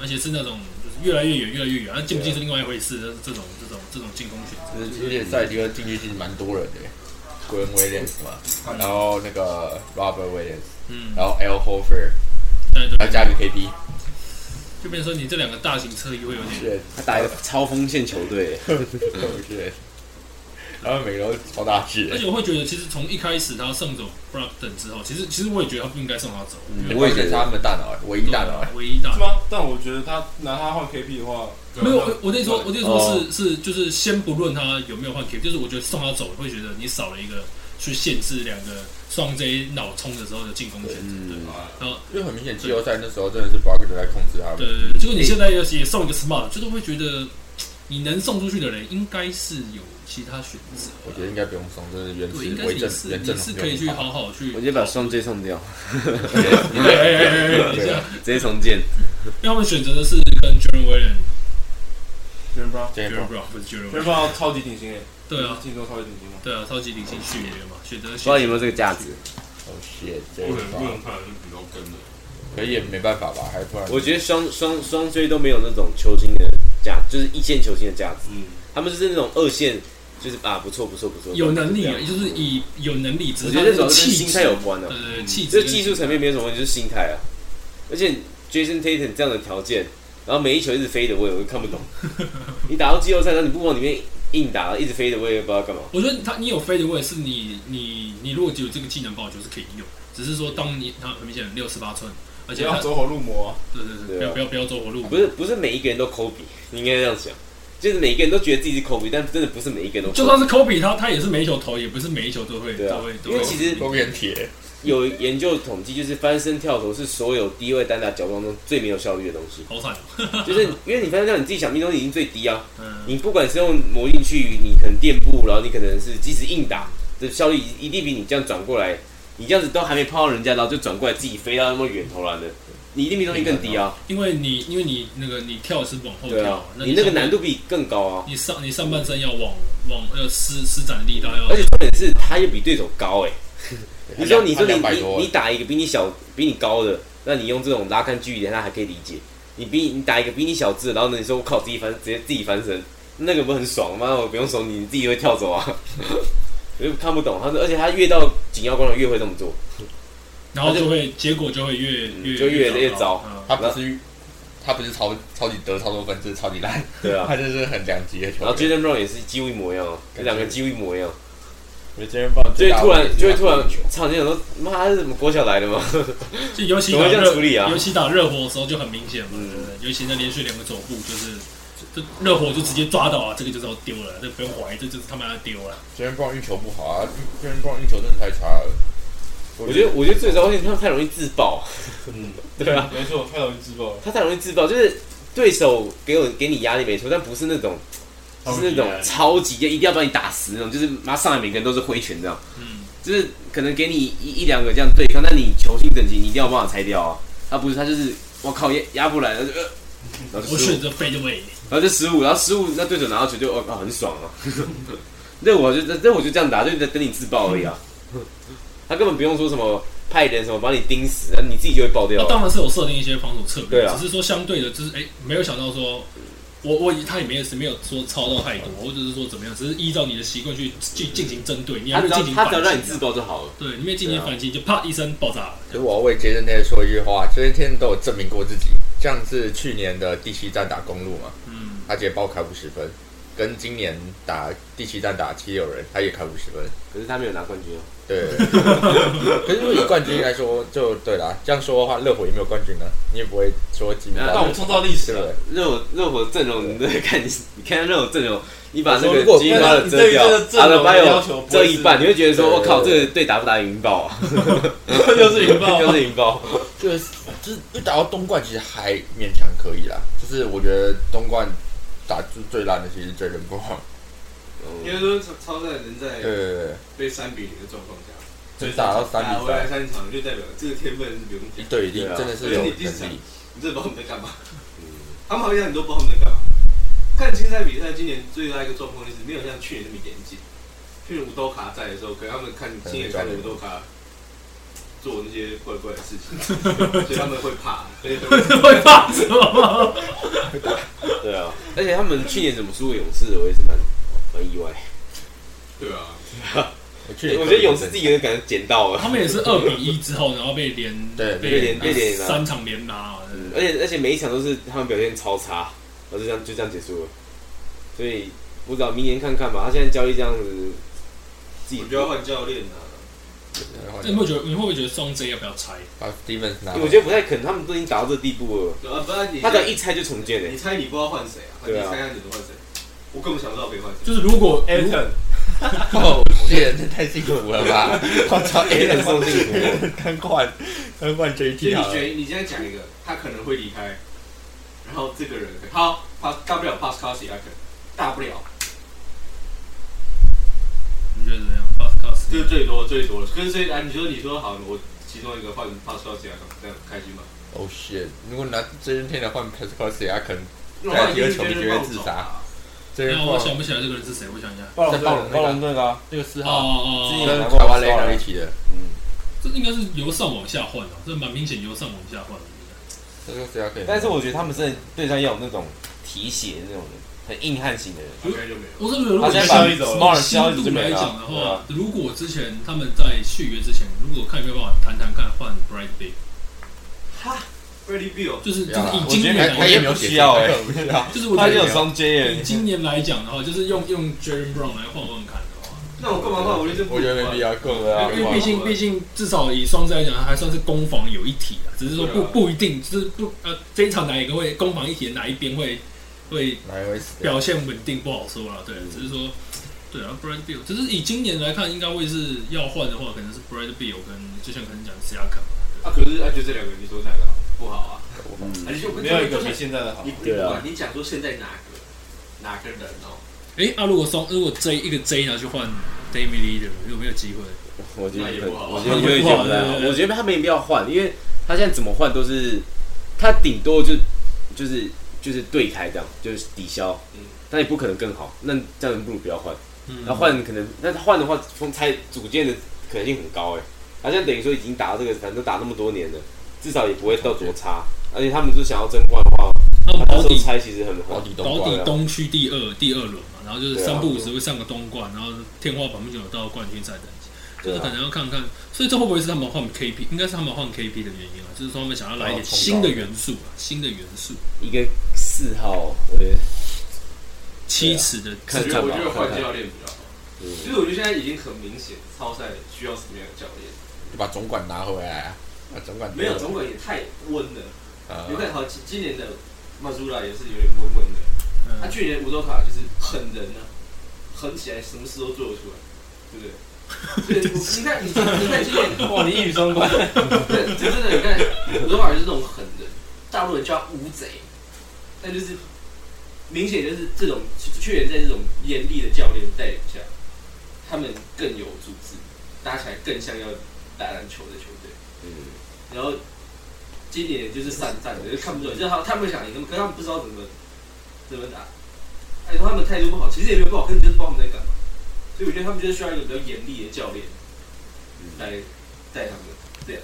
[SPEAKER 1] 而且是那种就是越来越远，越来越远，他啊进不
[SPEAKER 2] 啊
[SPEAKER 1] 进是另外一回事，但是这种这种这种进攻选择，
[SPEAKER 4] 就是而且赛迪克进去其实蛮多人的，鬼恩威廉斯嘛，然后那个 Robert Williams，
[SPEAKER 1] 嗯，
[SPEAKER 2] 啊
[SPEAKER 4] 然后 L Hofer，
[SPEAKER 1] 对
[SPEAKER 4] 还
[SPEAKER 1] 对，
[SPEAKER 4] 要加一个 KP，
[SPEAKER 1] 就变成说你这两个大型侧翼会有点，
[SPEAKER 4] 是
[SPEAKER 2] 他打一个超锋线球队，
[SPEAKER 4] 是然后每个都超大气
[SPEAKER 1] 而，且我会觉得，其实从一开始他送走 Brockton 之后，其实其实我也觉得他不应该送他走。
[SPEAKER 4] 嗯我也觉得是他们的大脑，唯一大
[SPEAKER 2] 啊
[SPEAKER 4] 脑。
[SPEAKER 1] 啊唯一大
[SPEAKER 3] 是
[SPEAKER 1] 脑。
[SPEAKER 3] 吗？但我觉得他拿他换 KP 的话，
[SPEAKER 5] 对啊
[SPEAKER 1] 没有，我我那时候我那时候
[SPEAKER 4] 哦
[SPEAKER 1] 是是就是先不论他有没有换 K，就是我觉得送他走会觉得你少了一个去限制两个双 J 脑冲的时候的进攻权。
[SPEAKER 2] 嗯，
[SPEAKER 1] 呃
[SPEAKER 4] 因为很明显季后赛那时候真的是 b a r k e r 在控制他
[SPEAKER 1] 对
[SPEAKER 4] 们，
[SPEAKER 1] 对对，结果你现在也也送一个 Smart，就是会觉得嘖你能送出去的人应该是有其他选择。
[SPEAKER 4] 我觉得应该不用送，真的原
[SPEAKER 1] 对，应
[SPEAKER 4] 子
[SPEAKER 1] 该
[SPEAKER 4] 为
[SPEAKER 1] 是
[SPEAKER 4] 正
[SPEAKER 1] 你是
[SPEAKER 4] 原
[SPEAKER 1] 你
[SPEAKER 4] 正
[SPEAKER 1] 是可以去好好去。
[SPEAKER 2] 我就把双 J 送掉，
[SPEAKER 1] 哎哎哎哎
[SPEAKER 2] 啊
[SPEAKER 1] 哎等一下
[SPEAKER 2] 直接重建。
[SPEAKER 1] 因为他们选择的是跟 Jaren w i l l i a m
[SPEAKER 3] 别人不知道，
[SPEAKER 4] 这
[SPEAKER 1] Jaren Brown 不是 Jaren
[SPEAKER 3] 别人
[SPEAKER 1] Williams。
[SPEAKER 3] 不知道超级顶薪哎，
[SPEAKER 1] 对啊，
[SPEAKER 3] 进攻超级顶薪嘛，
[SPEAKER 1] 对啊，超级理性续约嘛，选择
[SPEAKER 2] 不知道有没有这个价值？
[SPEAKER 4] 哦 shit，这
[SPEAKER 5] 不能不能看是比较跟的，
[SPEAKER 4] 可以也没办法吧，还不然
[SPEAKER 2] 我觉得双双双追都没有那种球星的价，就是一线球星的价值。
[SPEAKER 5] 嗯，
[SPEAKER 2] 他们就是那种二线，就是啊，不错不错不错，
[SPEAKER 1] 有能力，
[SPEAKER 2] 这
[SPEAKER 1] 啊，
[SPEAKER 2] 样
[SPEAKER 1] 就是以有能力，只
[SPEAKER 2] 我
[SPEAKER 1] 是
[SPEAKER 2] 觉
[SPEAKER 1] 他
[SPEAKER 2] 得
[SPEAKER 1] 那
[SPEAKER 2] 这
[SPEAKER 1] 个
[SPEAKER 2] 种跟
[SPEAKER 1] 气
[SPEAKER 2] 心
[SPEAKER 1] 质
[SPEAKER 2] 态有关的、
[SPEAKER 1] 对
[SPEAKER 2] 啊，
[SPEAKER 1] 对对，气质
[SPEAKER 2] 这
[SPEAKER 1] 跟
[SPEAKER 2] 技术层面没有什么问题，就是心态啊。而且 Jason Tatum 这样的条件，然后每一球一直飞的，我也我也看 不懂。你打到季后赛，然后你不往里面硬打，一直飞的，我也不知道干嘛。
[SPEAKER 1] 我觉得他你有飞的位是你你你如果只有这个技能包，就是可以用。只是说，当你他很明显六十八寸，而
[SPEAKER 3] 不
[SPEAKER 1] 且他
[SPEAKER 3] 要走火入魔啊。
[SPEAKER 1] 对对对，不
[SPEAKER 2] 对
[SPEAKER 1] 要
[SPEAKER 2] 啊
[SPEAKER 1] 不要不要走火入魔
[SPEAKER 2] 不。是不是每一个人都抠比，你应该这样想，就是每一个人都觉得自己是抠比，但真的不是每一个人都。
[SPEAKER 1] 就算是科比，他他也是每一球投，也不是每一球都会
[SPEAKER 2] 对啊
[SPEAKER 1] 都会都
[SPEAKER 2] 因为
[SPEAKER 1] 会。，
[SPEAKER 2] 其实
[SPEAKER 4] 公园铁，
[SPEAKER 2] 有研究统计，就是翻身跳投是所有低位单打角攻中最没有效率的东西
[SPEAKER 1] 好惨哦，
[SPEAKER 2] 就是因为你翻身跳你自己想命中率已经最低啊，
[SPEAKER 1] 嗯，
[SPEAKER 2] 你不管是用磨进去，你可能垫步，然后你可能是即使硬打的效率一定比你这样转过来，你这样子都还没抛到人家，然后就转过来自己飞到那么远投篮的，你一定命中率更低啊，
[SPEAKER 1] 因为你因为你那个你跳是往后
[SPEAKER 2] 对
[SPEAKER 1] 跳
[SPEAKER 2] 啊
[SPEAKER 1] 嘛，，
[SPEAKER 2] 你那个
[SPEAKER 1] 上半
[SPEAKER 2] 难度比更高啊，
[SPEAKER 1] 你上你上半身要往往要施施展的力道要
[SPEAKER 2] 而且重点是他又比对手高哎、 你说你说你
[SPEAKER 4] 两百
[SPEAKER 2] 你
[SPEAKER 4] 多
[SPEAKER 2] 你，打一个比你小比你高的，那你用这种拉开距离，他还可以理解。你比你打一个比你小只的，然后呢你说我靠自己翻直接自己翻身，那个不是很爽吗？我不用手你，你自己会跳走啊。 我就看不懂，他说，而且他越到紧要关头越会这么做，
[SPEAKER 1] 然后就会结果就会越
[SPEAKER 2] 嗯
[SPEAKER 1] 越
[SPEAKER 2] 就越
[SPEAKER 1] 越
[SPEAKER 2] 越糟。
[SPEAKER 1] 嗯
[SPEAKER 4] 他不是他不是超超级得超多分，是超级烂，
[SPEAKER 2] 对啊。
[SPEAKER 4] 他就是很两极的球
[SPEAKER 2] 然后
[SPEAKER 4] 员。
[SPEAKER 2] Jaden Brown 也是几乎一模一样哦，这两个几乎一模一样，
[SPEAKER 4] 我觉得今天放
[SPEAKER 2] 就会突然就会突然
[SPEAKER 4] 球，，
[SPEAKER 2] 操！你想说，妈，他是怎么国小来的 吗？
[SPEAKER 1] 就尤其
[SPEAKER 2] 怎么
[SPEAKER 1] 打
[SPEAKER 2] 会这样
[SPEAKER 1] 热
[SPEAKER 2] 处理啊
[SPEAKER 1] 尤其打热火的时候就很明显嘛，
[SPEAKER 2] 嗯
[SPEAKER 1] 对不对？尤其那连续两个走步，就是这热火就直接抓到啊，这个就是要丢了，这不用怀疑，这就是他们要丢啊了。
[SPEAKER 4] 今天放运球不好啊，今天放运球真的太差了。
[SPEAKER 2] 我觉得，我觉得最糟糕的是他们太容易自爆，
[SPEAKER 3] 嗯，
[SPEAKER 2] 对啊，
[SPEAKER 3] 没错，太容易自爆了。
[SPEAKER 2] 他太容易自爆，就是对手给我给你压力没错，但不是那种，就
[SPEAKER 5] 超级
[SPEAKER 2] 是那种
[SPEAKER 5] 压力
[SPEAKER 2] 超级就一定要把你打死那种，就是妈上来每个人都是挥拳这样，
[SPEAKER 1] 嗯，
[SPEAKER 2] 就是可能给你一一两个这样对抗，但你球星等级你一定要帮我拆掉啊，他不是他就是我靠压压不来，然后就呃，然后就
[SPEAKER 1] 我
[SPEAKER 2] 失误
[SPEAKER 1] 选，择 fade away，
[SPEAKER 2] 然后就失误，然后失误那对手拿到球就哦、啊很爽啊， 那我就那我就这样打，就在等你自爆而已啊，他根本不用说什么派人什么把你钉死，你自己就会爆掉
[SPEAKER 1] 那哦
[SPEAKER 2] 啊、
[SPEAKER 1] 当然是有设定一些防守策略，
[SPEAKER 2] 对啊
[SPEAKER 1] 只是说相对的，就是哎，没有想到说。我我他也没有是没有说操到太多，或者是说怎么样，只是依照你的习惯去进进行针对，你还
[SPEAKER 2] 他
[SPEAKER 1] 没
[SPEAKER 2] 只
[SPEAKER 1] 有
[SPEAKER 2] 要
[SPEAKER 1] 进行
[SPEAKER 2] 他
[SPEAKER 1] 反
[SPEAKER 2] 只要让你
[SPEAKER 1] 击
[SPEAKER 2] 自
[SPEAKER 1] 啊。
[SPEAKER 2] 爆就好了。
[SPEAKER 1] 对，你没有进
[SPEAKER 2] 对
[SPEAKER 1] 行
[SPEAKER 2] 啊
[SPEAKER 1] 反击，就啪一声爆炸了。
[SPEAKER 4] 所以我要为杰森 t 说一句话，杰森 t 都有证明过自己，像是去年的第七战打公路嘛，
[SPEAKER 1] 嗯，
[SPEAKER 4] 他直接爆开五十分，跟今年打第七战打七六人，他也开五十分。
[SPEAKER 2] 可是他没有拿冠军哦。
[SPEAKER 4] 对， 可是如果以冠军来说，就对啦。这样说的话，热火也没有冠军呢、你也不会说今年。
[SPEAKER 2] 那
[SPEAKER 3] 那我们创造历啊史
[SPEAKER 4] 对不
[SPEAKER 3] 了
[SPEAKER 4] 对。
[SPEAKER 2] 热火热火阵容，你在看你你看热火阵容，你把
[SPEAKER 4] 我
[SPEAKER 2] 那
[SPEAKER 4] 说
[SPEAKER 2] 个
[SPEAKER 4] 如果
[SPEAKER 2] 金 花的
[SPEAKER 3] 你
[SPEAKER 2] 遮
[SPEAKER 3] 对于
[SPEAKER 2] 掉
[SPEAKER 3] 这个，阵
[SPEAKER 2] 阿
[SPEAKER 3] 容
[SPEAKER 2] 德巴
[SPEAKER 3] 的要求
[SPEAKER 2] 有
[SPEAKER 3] 不
[SPEAKER 2] 这
[SPEAKER 3] 会
[SPEAKER 2] 一
[SPEAKER 3] 是
[SPEAKER 2] 半，你会觉得说，
[SPEAKER 4] 对
[SPEAKER 2] 我靠，
[SPEAKER 4] 对
[SPEAKER 2] 这个队打不打赢爆啊？
[SPEAKER 3] 就是 引爆
[SPEAKER 2] 就是赢爆。
[SPEAKER 4] 就是就是一打到东冠，其实还勉强可以啦。就是我觉得东冠打最最烂的其实是 Jordan Brown。
[SPEAKER 3] 因为说超赛能
[SPEAKER 4] 对
[SPEAKER 3] 在
[SPEAKER 4] 对对对，
[SPEAKER 3] 被三比零的状况下，
[SPEAKER 4] 就打到三
[SPEAKER 3] 打
[SPEAKER 4] 比
[SPEAKER 3] 回来
[SPEAKER 4] 三，
[SPEAKER 3] 三场就代表这个天分是不用讲，
[SPEAKER 4] 对，一定
[SPEAKER 2] 对啊
[SPEAKER 4] 真的是
[SPEAKER 3] 对
[SPEAKER 4] 有
[SPEAKER 3] 你
[SPEAKER 4] 能
[SPEAKER 3] 第四场
[SPEAKER 4] 力。
[SPEAKER 3] 你真的不知道他们在干嘛。他们好像很多不知道他们在干嘛。看青赛比赛，今年最大一个状况就是没有像去年那么严谨。去年五斗卡在的时候，可能他们看亲眼看着五斗卡做那些怪怪的事情，所以他们会怕。所以他们
[SPEAKER 1] 会怕什么？
[SPEAKER 2] 对啊，而且他们去年怎么输给勇士的，我也是蛮蛮意外。
[SPEAKER 3] 对啊，
[SPEAKER 4] 我去年
[SPEAKER 2] 我觉得勇士自己有点感觉捡到了，
[SPEAKER 1] 他们也是二比一之后，然后被连
[SPEAKER 4] 对
[SPEAKER 2] 被连被连拿
[SPEAKER 1] 三场连拿啊，对
[SPEAKER 2] 嗯嗯而且而且每一场都是他们表现超差，然后就这样就这样结束了。所以不知道，明年看看吧。他现在交易这样子，自己
[SPEAKER 3] 我觉得要换教练啊，
[SPEAKER 1] 那你会觉得你会不会觉得宋 J 要不要拆？
[SPEAKER 4] 把 Stevens 拿
[SPEAKER 2] 我觉得不太可能，他们都已经打到这地步了，
[SPEAKER 3] 对啊，不然你
[SPEAKER 2] 他只要一拆就重建嘞、
[SPEAKER 3] 你猜你不知道换谁啊？你
[SPEAKER 2] 对啊
[SPEAKER 3] 猜下你能换谁？我根本想不到可以换谁。
[SPEAKER 1] 就是如果如果
[SPEAKER 2] Alton
[SPEAKER 3] 哎
[SPEAKER 4] 哦，谢，这太幸福了 吧！我操
[SPEAKER 2] a l
[SPEAKER 4] ，A
[SPEAKER 2] t 送进国，
[SPEAKER 4] 干换，干换
[SPEAKER 3] 就
[SPEAKER 4] JT
[SPEAKER 3] 你
[SPEAKER 4] 好
[SPEAKER 3] 觉
[SPEAKER 4] 了。
[SPEAKER 3] 得你现在讲一个，他可能会离开，然后这个人好，他大不了 pass c a s 他可能大不了
[SPEAKER 1] 你觉得怎么样啊 p o d c a s
[SPEAKER 3] 这是最多最多的。跟谁啊？你说你说好，我其中一个换 pass c a s 他可能这样开心吗？
[SPEAKER 4] 哦谢，如果拿真人天来换 Pascal 谁啊？可能
[SPEAKER 3] 那换
[SPEAKER 4] 第二
[SPEAKER 3] 一
[SPEAKER 4] 球
[SPEAKER 3] 个
[SPEAKER 4] 你觉得自杀？真人
[SPEAKER 1] 那我想不起来这个人是谁，我想一下。
[SPEAKER 2] 暴
[SPEAKER 4] 在暴龙那个
[SPEAKER 2] 龙那个啊，
[SPEAKER 4] 那个四
[SPEAKER 1] 哦，哦哦，
[SPEAKER 4] 跟卡瓦雷纳一起的，
[SPEAKER 2] 嗯，
[SPEAKER 1] 这应该是由上往下换的，啊这蛮明显由上往下换的。
[SPEAKER 4] 这个谁啊？可以。
[SPEAKER 2] 但是我觉得他们真的对上要有那种提携那种很硬汉型的人，
[SPEAKER 3] 应该就没有。
[SPEAKER 1] 我是觉得，如果
[SPEAKER 2] 他现
[SPEAKER 1] 以
[SPEAKER 2] 在把
[SPEAKER 1] 新
[SPEAKER 2] Smart 交易
[SPEAKER 1] 新
[SPEAKER 2] 就
[SPEAKER 1] 度
[SPEAKER 2] 没
[SPEAKER 1] 来
[SPEAKER 2] 了
[SPEAKER 1] 讲的
[SPEAKER 2] 对
[SPEAKER 1] 话
[SPEAKER 2] 啊，
[SPEAKER 1] 如果之前他们在续约之前，如果看有没有办法谈谈看换 Bright Big，
[SPEAKER 3] 哈，Ready Bill，
[SPEAKER 1] 就是就
[SPEAKER 4] 对啊
[SPEAKER 1] 是以
[SPEAKER 2] 我
[SPEAKER 1] 今
[SPEAKER 2] 觉
[SPEAKER 1] 年
[SPEAKER 2] 得
[SPEAKER 1] 来
[SPEAKER 4] 他也
[SPEAKER 1] 讲，
[SPEAKER 4] 没有写
[SPEAKER 2] 不需要欸
[SPEAKER 4] 不需要。
[SPEAKER 1] 就是我
[SPEAKER 2] 他
[SPEAKER 1] 觉
[SPEAKER 2] 就有
[SPEAKER 1] 得
[SPEAKER 2] 双 J
[SPEAKER 1] 以
[SPEAKER 2] 耶，
[SPEAKER 1] 今年来讲的话，就是用用 Jalen Brown 来换换看的话。
[SPEAKER 3] 那我干嘛换？我就
[SPEAKER 4] 我觉得没必要够了啊。
[SPEAKER 1] 因为毕竟，毕竟至少以双子来讲，还算是攻防有一体啊。只是说不
[SPEAKER 3] 对啊
[SPEAKER 1] 不一定，就是不呃，这一场哪一个会攻防一体的哪一边会会
[SPEAKER 4] 来回死掉。
[SPEAKER 1] 表现稳定，不好说了。对，
[SPEAKER 2] 嗯
[SPEAKER 1] 只是说，对啊，Brad Bill，只是以今年来看，应该会是要换的话，可能是 Brad Bill 跟就像可能讲 s i a k a
[SPEAKER 3] 啊，可是啊，就这两个，你说哪个好不好啊？
[SPEAKER 4] 嗯
[SPEAKER 3] 还是就
[SPEAKER 2] 没有一个比现在的好
[SPEAKER 3] 你。不
[SPEAKER 4] 啊
[SPEAKER 3] 管你讲说现在哪个哪个人哦，
[SPEAKER 1] 哎，啊，如果双如果 J 一个 J 拿去换 d a m i l e 有没有机会？
[SPEAKER 2] 我觉得
[SPEAKER 3] 那也不好
[SPEAKER 2] 我觉得有一点不太好
[SPEAKER 1] 对对对。
[SPEAKER 2] 我觉得他没必要换，因为他现在怎么换都是，他顶多就就是就是对开这样，就是抵消
[SPEAKER 3] 嗯，
[SPEAKER 2] 但也不可能更好。那这样不如不要换。
[SPEAKER 1] 嗯
[SPEAKER 2] 那换可能，那换的话，从拆组建的可能性很高哎。他现在等于说已经打到这个，反正都打那么多年了，至少也不会到多差。而且他们就想要争冠的话，
[SPEAKER 1] 他们
[SPEAKER 2] 他
[SPEAKER 1] 保
[SPEAKER 2] 那时候
[SPEAKER 1] 底
[SPEAKER 2] 拆其实很
[SPEAKER 4] 保
[SPEAKER 2] 很
[SPEAKER 4] 底东
[SPEAKER 1] 保
[SPEAKER 4] 关
[SPEAKER 1] 底
[SPEAKER 2] 啊
[SPEAKER 1] 东区第二第二轮嘛，然后就是
[SPEAKER 2] 对啊
[SPEAKER 1] 三不五时会上个东冠，然后天花板目前有到冠军赛等级，就
[SPEAKER 2] 对
[SPEAKER 1] 是可
[SPEAKER 2] 啊，
[SPEAKER 1] 能要看看，所以这会不会是他们换 KP？应该是他们换 KP 的原因啊，就是说他们想要来一点
[SPEAKER 4] 哦冲高
[SPEAKER 1] 新的元素啊，新的元素，
[SPEAKER 2] 一个四号，我觉得
[SPEAKER 1] 七尺的
[SPEAKER 2] 啊看
[SPEAKER 3] 我觉
[SPEAKER 2] 看
[SPEAKER 3] 得
[SPEAKER 2] 吧
[SPEAKER 3] 我觉得换
[SPEAKER 2] 看看
[SPEAKER 3] 教练比较好。
[SPEAKER 2] 嗯
[SPEAKER 3] 其实我觉得现在已经很明显，超赛需要什么样的教练？
[SPEAKER 4] 就把总管拿回来啊！把总管
[SPEAKER 3] 没有总管也太温了。
[SPEAKER 4] 啊
[SPEAKER 3] 你看好今今年的马苏拉也是有点温温的，他、
[SPEAKER 1] 嗯
[SPEAKER 3] 去年乌多卡就是狠人啊，狠起来什么事都做得出来，对不对？对，你看你看你看今年，
[SPEAKER 2] 哇，你一语双关，
[SPEAKER 3] 对，真的你看乌多卡就是那种狠人，大陆人叫他乌贼，但就是明显就是这种去年在这种严厉的教练带领下，他们更有组织，打起来更像要打篮球的球队。
[SPEAKER 2] 嗯，
[SPEAKER 3] 然后今年就是散战的，就看不准，就是他他们想赢，可是他们不知道怎么怎么打。哎，说他们态度不好，其实也没有不好，跟你就是不知道他们在干嘛。所以我觉得他们就是需要一个比较严厉的教练
[SPEAKER 2] 嗯
[SPEAKER 3] 来带他们这样。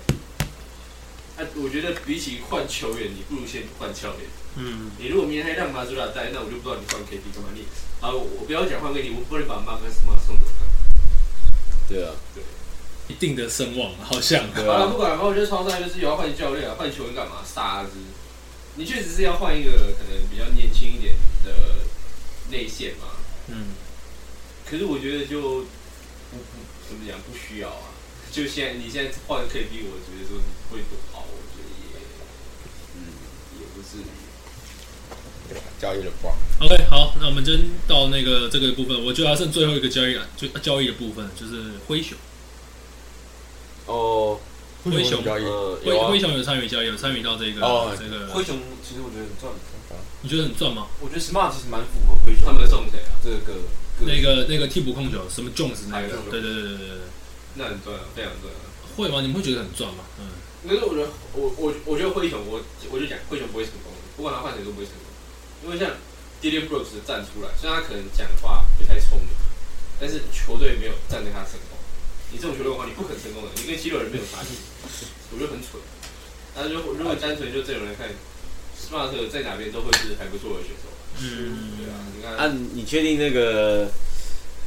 [SPEAKER 3] 哎、我觉得比起换球员，你不如先换教练。
[SPEAKER 1] 嗯，
[SPEAKER 3] 你如果明天还让马祖拉带，那我就不知道你换 KD 干嘛。你啊，我我不要讲换给你，我不能把马克斯马送走。
[SPEAKER 2] 对啊，
[SPEAKER 1] 一定的声望好像啊，
[SPEAKER 2] 对
[SPEAKER 3] 好了，
[SPEAKER 2] 啊，
[SPEAKER 3] 不管，反正我觉得超赛就是有要换教练啊，换球员干嘛？傻子！你确实是要换一个可能比较年轻一点的内线嘛。
[SPEAKER 1] 嗯，
[SPEAKER 3] 可是我觉得就不不怎么讲不需要啊。就现在你现在换 KB，我觉得说你会多好，我觉得也嗯也不至于。
[SPEAKER 4] 交易的不好，
[SPEAKER 1] OK，好，那我们今天到那个这个部分，我觉得还剩最后一个交易啊，就交易的部分就是灰熊，
[SPEAKER 2] 哦，
[SPEAKER 1] 灰熊
[SPEAKER 4] 交易
[SPEAKER 2] 呃，
[SPEAKER 1] 灰
[SPEAKER 2] 有啊
[SPEAKER 1] 灰，熊有参与交易，有参与到这个
[SPEAKER 4] 哦
[SPEAKER 1] 这
[SPEAKER 6] 灰
[SPEAKER 1] 个，
[SPEAKER 6] 熊其实我觉得很赚，
[SPEAKER 1] 你觉得很赚吗？
[SPEAKER 6] 我觉得 Smart 其实蛮符合灰熊
[SPEAKER 3] 他们送谁啊？
[SPEAKER 6] 这个个
[SPEAKER 1] 那个那个替补控球什么 Jones 那个
[SPEAKER 3] 哎，
[SPEAKER 1] 对对对对对对。
[SPEAKER 3] 那很赚啊，非常赚啊。
[SPEAKER 1] 会吗？你们会觉得很赚吗？嗯，
[SPEAKER 3] 可是我觉得，我我我觉得灰熊，我我就讲灰熊不会成功，不管他换谁都不会成功，因为像 d d Brooks 的站出来，虽然他可能讲话不太聪明，但是球队没有站在他身后。你这种球队的话，你不可能成功的，你跟七六人没有差距，我觉得很蠢。但是如果如果单纯就阵容来看，Smart 在哪边都会是还不错的选手。对啊，你看，
[SPEAKER 2] 啊，你确定那个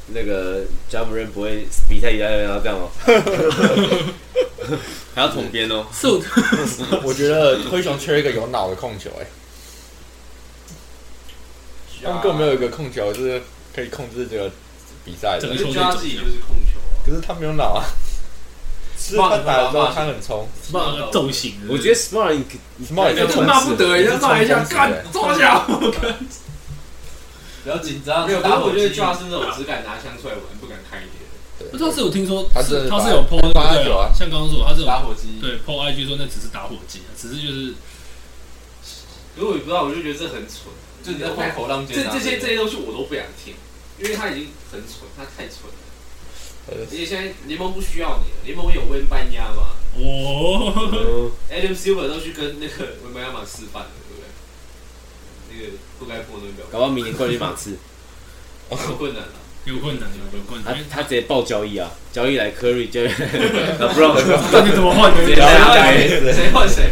[SPEAKER 2] 那个 j a m r a n 不会比赛一样要这样吗？ 还要统编哦，
[SPEAKER 1] 受
[SPEAKER 3] 呃
[SPEAKER 4] 我觉得灰熊缺一个有脑的控球，哎，他们根本没有一个控球，就是可可以控制这个比赛
[SPEAKER 1] 整
[SPEAKER 4] 的
[SPEAKER 1] 个，
[SPEAKER 3] 就他自己就是控球啊。
[SPEAKER 4] 可是他没有脑啊。是他打了之后，他很冲，
[SPEAKER 1] 什么重型？
[SPEAKER 2] 我觉得 Smart 你可你
[SPEAKER 4] Smart 也
[SPEAKER 2] 你
[SPEAKER 4] 是冲
[SPEAKER 1] 骂不得，人家骂一下，干抓下。
[SPEAKER 5] 不要紧张，
[SPEAKER 3] 没有，可是
[SPEAKER 5] 打
[SPEAKER 3] 我
[SPEAKER 5] 火
[SPEAKER 3] 觉得
[SPEAKER 5] 机。
[SPEAKER 3] Jar 是那种只敢拿枪出来玩，不敢开别人。
[SPEAKER 1] 不知道是有听说，
[SPEAKER 4] 他是
[SPEAKER 1] 他是有 PO 对不
[SPEAKER 4] 八九
[SPEAKER 1] 对
[SPEAKER 4] 啊
[SPEAKER 1] 啊？像刚刚说，他是有
[SPEAKER 5] 打火机，
[SPEAKER 1] 对 PO IG 说那只是打火机，只是就是
[SPEAKER 3] 可是我也不知道，我就觉得这很蠢。
[SPEAKER 5] 就你在风口浪尖
[SPEAKER 3] 这
[SPEAKER 5] 啊。
[SPEAKER 3] 这些这些东西我都不想听，因为他已经很蠢，他太蠢了。
[SPEAKER 4] 呃
[SPEAKER 3] 而且现在联盟不需要你了，联盟有温班亚嘛
[SPEAKER 1] 哦，
[SPEAKER 3] ，Adam Silver 都去跟那个温班亚马示范了，对不对？那个不该破那个
[SPEAKER 2] 搞不好明年冠军马刺，
[SPEAKER 4] 哦
[SPEAKER 3] 表，有困难了。啊
[SPEAKER 1] 有困难，有有困
[SPEAKER 2] 他
[SPEAKER 1] 难。
[SPEAKER 2] 他直接报交易啊，交易来 Curry，交易 来 LeBron，
[SPEAKER 1] 到底怎么换？
[SPEAKER 2] 直接
[SPEAKER 1] 的？
[SPEAKER 2] 来打野
[SPEAKER 3] 谁换谁？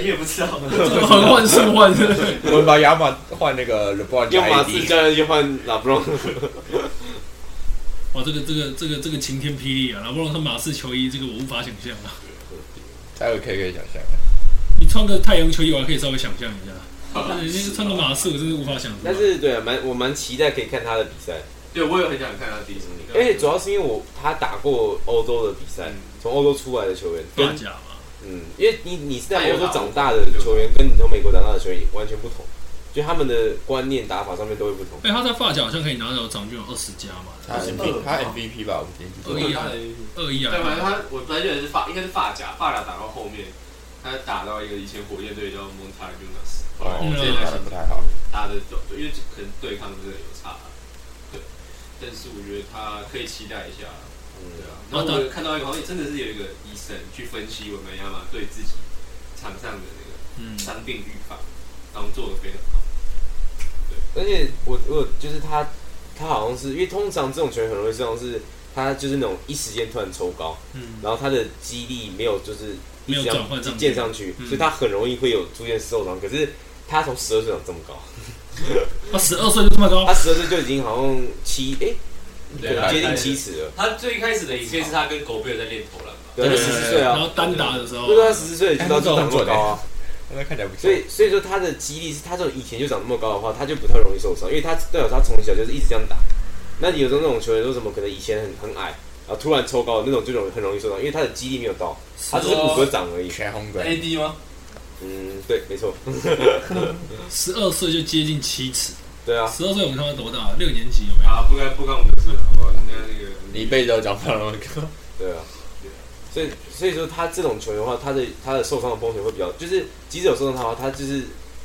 [SPEAKER 3] 你也不知 道。
[SPEAKER 1] 横换竖换，
[SPEAKER 4] 我们把亚马换那个
[SPEAKER 2] 用
[SPEAKER 4] LeBron 加
[SPEAKER 2] 马刺
[SPEAKER 4] AD，
[SPEAKER 2] 交易就换 LeBron，
[SPEAKER 1] 哇，这个这个这个这个晴天霹雳啊！老布朗穿马刺球衣，这个我无法想象啊。
[SPEAKER 4] 待会可以可以想象。
[SPEAKER 1] 你穿个太阳球衣，我还可以稍微想象一下。但是你穿个马刺，我真是无法想象。
[SPEAKER 2] 但是对啊，蛮我蛮期待可以看他的比赛，
[SPEAKER 3] 对，我也很想看他第一场。
[SPEAKER 2] 而
[SPEAKER 4] 哎
[SPEAKER 2] 且主要是因为我他打过欧洲的比赛，
[SPEAKER 1] 嗯
[SPEAKER 2] 从欧洲出来的球员
[SPEAKER 1] 发
[SPEAKER 2] 跟
[SPEAKER 1] 夹嘛，
[SPEAKER 2] 嗯，因为你你是在欧洲长大的球员，跟你从美国长大的球员也完全不同，就他们的观念打法上面都会不同。
[SPEAKER 1] 哎，他在发夹好像可以拿到场均有二十加嘛，
[SPEAKER 4] 他 MVP，他 MVP 吧，我今
[SPEAKER 1] 二一啊，二一啊
[SPEAKER 3] 对，，反正他我本来觉得是发，应该是发夹，发夹打到后面，他打到一个以前火箭队叫 Montagunas，
[SPEAKER 4] 哦
[SPEAKER 1] 嗯
[SPEAKER 3] 现在
[SPEAKER 4] 打的
[SPEAKER 3] 是
[SPEAKER 4] 不太好。
[SPEAKER 3] 他的走，因为可能对抗真的有差，对。但是我觉得他可以期待一下，
[SPEAKER 2] 嗯
[SPEAKER 3] 对
[SPEAKER 5] 哦
[SPEAKER 3] 啊。然后我有看到一个，好像真的是有一个医生去分析我们亚马对自己场上的那
[SPEAKER 1] 嗯
[SPEAKER 3] 个，伤病预防，然后做的非常好。
[SPEAKER 2] 而且我我就是他，他好像是因为通常这种球员很容易这种是，他就是那种一时间突然抽高，
[SPEAKER 1] 嗯，
[SPEAKER 2] 然后他的肌力没有就是
[SPEAKER 1] 没有
[SPEAKER 2] 一直这
[SPEAKER 1] 转
[SPEAKER 2] 样
[SPEAKER 1] 换上去
[SPEAKER 2] 建上去，
[SPEAKER 1] 嗯
[SPEAKER 2] 所以他很容易会有出现受伤。可是他从十二岁长这么高，
[SPEAKER 1] 他十二岁就这么高
[SPEAKER 2] 他，十二岁就已经好像七哎、
[SPEAKER 5] 对
[SPEAKER 2] 接近七十了，
[SPEAKER 5] 他最开始的影片是他跟狗贝尔在练投篮吧？
[SPEAKER 2] 对，十四岁
[SPEAKER 1] 然后
[SPEAKER 2] 啊，
[SPEAKER 1] 单打的时候
[SPEAKER 2] 不，知道他十四岁就到这长这么高啊。
[SPEAKER 4] 那看起来不错，
[SPEAKER 2] 所以所以说他的肌力是，他这种以前就长那么高的话，他就不太容易受伤，因为他代表他从小就是一直这样打。那有时候那种球员说什么可能以前很很矮，然后突然抽高那种就容易很容易受伤，因为他的肌力没有到，他只是啊骨骼长而已。
[SPEAKER 4] 全红鬼
[SPEAKER 5] AD 吗？
[SPEAKER 2] 嗯，对，没错，
[SPEAKER 1] 十二岁就接近七尺，
[SPEAKER 2] 对啊，
[SPEAKER 1] 十二岁我们他妈多大？六年级有没有？
[SPEAKER 3] 啊，不该不干我们的事，好吧？人家那个
[SPEAKER 4] 你一辈子都讲不了那么高。
[SPEAKER 2] 对啊。所以所以说他这种球员的话，他的他的受伤的风险会比较，就是即使有受伤的话，他就是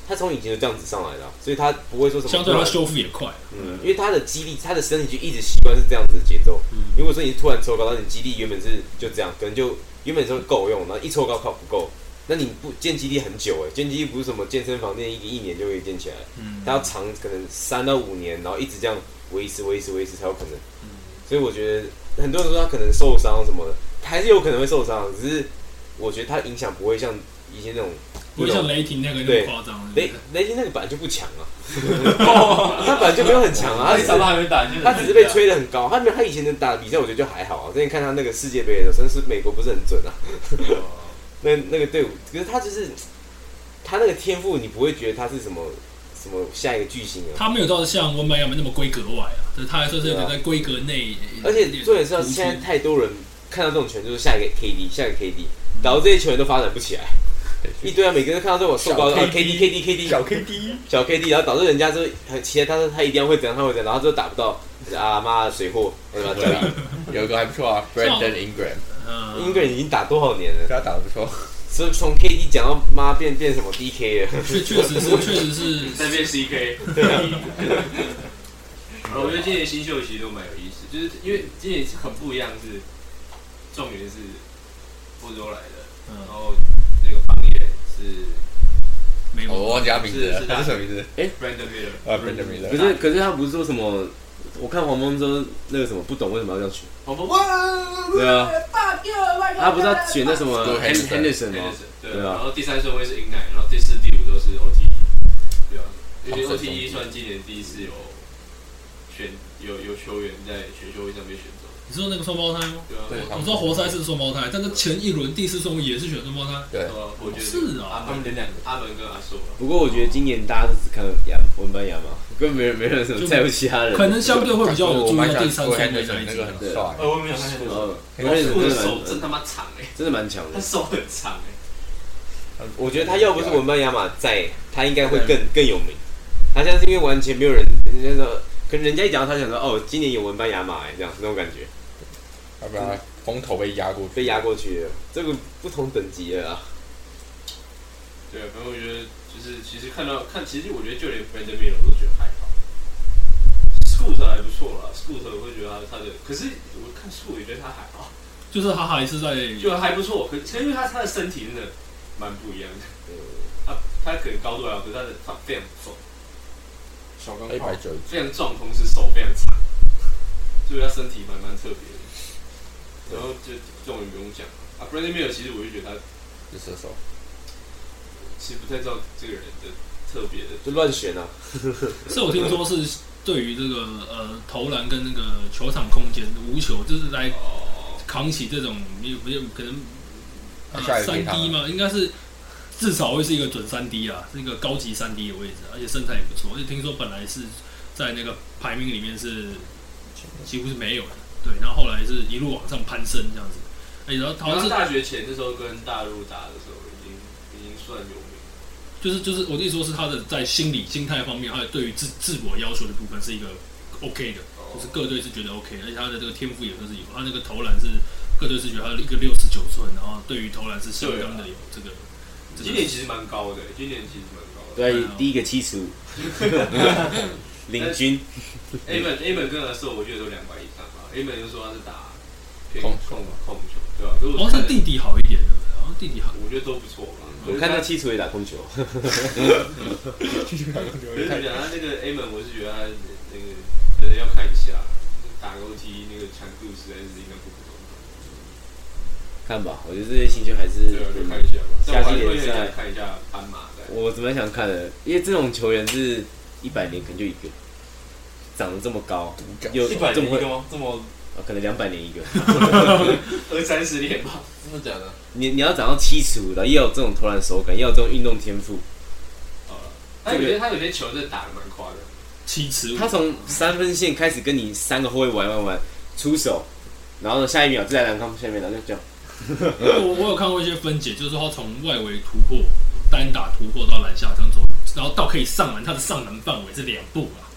[SPEAKER 2] 他从以前就这样子上来的啊、所以他不会说什么
[SPEAKER 1] 相对他修复也快，
[SPEAKER 2] 嗯，因为他的肌力，他的身体就一直习惯是这样子的节奏。如果说你突然抽高，那你肌力原本是就这样，可能就原本是够用，然后一抽高靠不够，那你不建肌力很久哎，建肌力不是什么健身房练一一年就可以建起来，
[SPEAKER 1] 嗯，
[SPEAKER 2] 它要长可能三到五年，然后一直这样维持维持维持才有可能。所以我觉得很多人说他可能受伤什么的，他还是有可能会受伤，只是我觉得他影响不会像以前那种
[SPEAKER 1] 不会像雷霆那个那么夸张，
[SPEAKER 2] 雷雷霆那个本来就不强啊，他本来就没有很强 啊，他只是
[SPEAKER 5] 他还没打进，
[SPEAKER 2] 他只是被吹得很高，他没有他以前的打比赛，我觉得就还好啊。之前看他那个世界杯的时候，真是美国不是很准啊。那那个队伍，可是他就是他那个天赋，你不会觉得他是什么什么下一个巨星啊。
[SPEAKER 1] 他没有到像温班亚马那么规格外啊，但是他还算是有点在规格内，
[SPEAKER 2] 啊而且重点是，现在太多人看到这种球员，就是下一个 KD，下一个 KD，导致这些球员都发展不起来。一堆啊，每个人看到这我瘦高的
[SPEAKER 4] 小
[SPEAKER 2] 啊，KD
[SPEAKER 4] KD
[SPEAKER 2] KD KD
[SPEAKER 4] KD，
[SPEAKER 2] 小 KD，然后导致人家就很期待他说他一定要会怎样，他会怎样，然后就打不到，啊妈的水货，我把他交易。
[SPEAKER 4] 啊有一个还不错啊，Brandon Ingram，
[SPEAKER 2] 英
[SPEAKER 1] 嗯，
[SPEAKER 2] 格兰已经打多少年了？
[SPEAKER 4] 他打的不错。
[SPEAKER 2] 所以从 KD 讲到妈变变什么 DK 了，
[SPEAKER 1] 确确实是确实是
[SPEAKER 3] 在变 CK。好我觉得今年新秀其实都蛮有意思，就是因为今年很不一样是，状元是欧洲来的，
[SPEAKER 1] 嗯
[SPEAKER 3] 然后那个方言是
[SPEAKER 1] 没有
[SPEAKER 4] 我
[SPEAKER 2] 哦
[SPEAKER 4] 忘记他名字了
[SPEAKER 3] 是，是
[SPEAKER 4] 他是什么名字？
[SPEAKER 3] Brandon Miller，
[SPEAKER 4] 啊，Brandon
[SPEAKER 2] 可
[SPEAKER 4] Miller。
[SPEAKER 2] 是可是他不是说什么？我看黄蜂说那个什么不懂为什么要这样选，
[SPEAKER 3] 黄蜂哇，
[SPEAKER 2] 对啊，他不是要选那什么
[SPEAKER 4] Scoot
[SPEAKER 2] Hen- Henderson
[SPEAKER 3] 对
[SPEAKER 2] 吗？
[SPEAKER 3] 对
[SPEAKER 2] 对啊
[SPEAKER 3] 然后第三顺位是 i n 然后第四、第五都是 OT，对啊，因为 OT 算今年第一次有选有有球员在选秀会上被选中，
[SPEAKER 1] 你是说那个双胞胎吗？
[SPEAKER 3] 对啊，
[SPEAKER 4] 对
[SPEAKER 3] 对啊，
[SPEAKER 1] 我知道活塞是双胞胎，但是前一轮第四顺位也是选双胞胎。
[SPEAKER 4] 对，
[SPEAKER 3] 我
[SPEAKER 7] 哦
[SPEAKER 3] 觉得
[SPEAKER 1] 是啊，
[SPEAKER 3] 阿门
[SPEAKER 8] 两个，
[SPEAKER 3] 阿门跟阿硕啊，
[SPEAKER 2] 不过我觉得今年大家都只看牙文班牙嘛，根本没人没人什么在乎其他人。
[SPEAKER 1] 可能相对会比较有
[SPEAKER 4] 我
[SPEAKER 1] 注意
[SPEAKER 4] 蛮
[SPEAKER 1] 到
[SPEAKER 4] 想
[SPEAKER 1] 第三顺位那一
[SPEAKER 4] 那
[SPEAKER 1] 集啊
[SPEAKER 4] 个。很帅，啊
[SPEAKER 7] 呃，我没有看见。
[SPEAKER 2] 呃，
[SPEAKER 4] 可以
[SPEAKER 2] 我认识
[SPEAKER 3] 我
[SPEAKER 2] 真
[SPEAKER 3] 的
[SPEAKER 2] 的
[SPEAKER 3] 手
[SPEAKER 2] 蛮
[SPEAKER 3] 真他妈长哎，
[SPEAKER 2] 真的蛮强的
[SPEAKER 3] 他。手很长哎，
[SPEAKER 2] 我觉得他要不是文班亚马在，他应该会更更有名。他现在是因为完全没有人，人家说，可能人家一讲到他想说，哦，今年有文班亚马、欸，这样那种感觉，
[SPEAKER 4] 要不然风头被压过去，
[SPEAKER 2] 被压过去了，这个不同等级了啊。
[SPEAKER 3] 对啊，反正我觉得就是其实看到看，其实我觉得就连 b r a n d o Miller 我都觉得还好，Scoot 还不错啦，Scoot 我会觉得他他的，可是我看 Scoot 也觉得他还好，
[SPEAKER 1] 就是他还是在
[SPEAKER 3] 就还不错，可是因为他他的身体真的蛮不一样的，他他可能高度还好，可是他的他非常重，
[SPEAKER 8] 小钢
[SPEAKER 4] 一
[SPEAKER 8] 炮
[SPEAKER 4] 百，九十，
[SPEAKER 3] 非常重，同时手非常长，所以他身体蛮蛮特别的，然后就这种也不用讲了啊 b r a n d o Miller 其实我就觉得他
[SPEAKER 4] 是射手，
[SPEAKER 3] 其实不太知道这个人的特别的
[SPEAKER 2] 就乱选啊，
[SPEAKER 1] 是我听说是对于这个呃投篮跟那个球场空间无球，就是来
[SPEAKER 3] 哦，
[SPEAKER 1] 扛起这种也不也可能呃
[SPEAKER 4] 他下一个
[SPEAKER 1] 三
[SPEAKER 4] 给他
[SPEAKER 1] D 嘛，应该是至少会是一个准三 D 啊，是一个高级三 D 的位置，而且身材也不错，而且听说本来是在那个排名里面是几乎是没有的，对，然后后来是一路往上攀升这样子，哎，然后好
[SPEAKER 3] 好
[SPEAKER 1] 像
[SPEAKER 3] 像
[SPEAKER 4] 啊
[SPEAKER 1] 是
[SPEAKER 3] 大学前那时候跟大陆打的时候，已经已经算有名。
[SPEAKER 1] 就是就是我的意思说是他的在心理心态方面，还有对于自自我要求的部分是一个 OK 的，
[SPEAKER 3] 哦
[SPEAKER 1] 就是各队是觉得 OK，而且他的这个天赋也都是有，他那个投篮是各队是觉得他有一个六十九寸，然后对于投篮是相当的有这个。这
[SPEAKER 3] 今
[SPEAKER 1] 个
[SPEAKER 3] 年啊其实蛮高的，今年其实蛮高的。
[SPEAKER 2] 对，第一个七十五，领军
[SPEAKER 3] A 本 A 本跟阿寿，我觉得都两百以上吧。A 本就说他是打偏控控控球，对吧？可是
[SPEAKER 1] 好
[SPEAKER 3] 我
[SPEAKER 1] 像
[SPEAKER 3] 看
[SPEAKER 1] 哦是弟弟好一点，对不对？好像弟弟好，
[SPEAKER 3] 我觉得都不错吧。
[SPEAKER 2] 我看他七十五也打控球，
[SPEAKER 3] 我就讲他那个 A 本，我是觉得他那个真的要看一下，打楼梯那个强度实在是应该不普通。
[SPEAKER 2] 看吧，我觉得这些新秀还是
[SPEAKER 3] 对啊，就看一下吧。
[SPEAKER 2] 夏
[SPEAKER 3] 但我还
[SPEAKER 2] 季
[SPEAKER 3] 是会
[SPEAKER 2] 联
[SPEAKER 3] 想
[SPEAKER 2] 赛，
[SPEAKER 3] 看一下斑马的。
[SPEAKER 2] 我怎么想看的？因为这种球员是一百年可能就一个，长得这么高，又
[SPEAKER 8] 一百
[SPEAKER 2] 这
[SPEAKER 8] 零
[SPEAKER 2] 么
[SPEAKER 8] 一
[SPEAKER 2] 会
[SPEAKER 8] 个，吗？这么
[SPEAKER 2] 啊可能两百年一个。
[SPEAKER 3] 二三十年吧，
[SPEAKER 8] 真的假的？
[SPEAKER 2] 你你要长到七十五的，要有这种投篮手感，要有这种运动天赋。
[SPEAKER 3] 好了。他有些他有些球真的打的蛮夸张的。
[SPEAKER 1] 七尺五
[SPEAKER 2] 他，从三分线开始跟你三个后卫玩玩玩，出手，然后呢下一秒就在篮筐下面，然后就这样。
[SPEAKER 1] 我我有看过一些分解，就是说他从外围突破、单打突破到篮下这样走，然后到可以上篮，他的上篮范围是两步啊。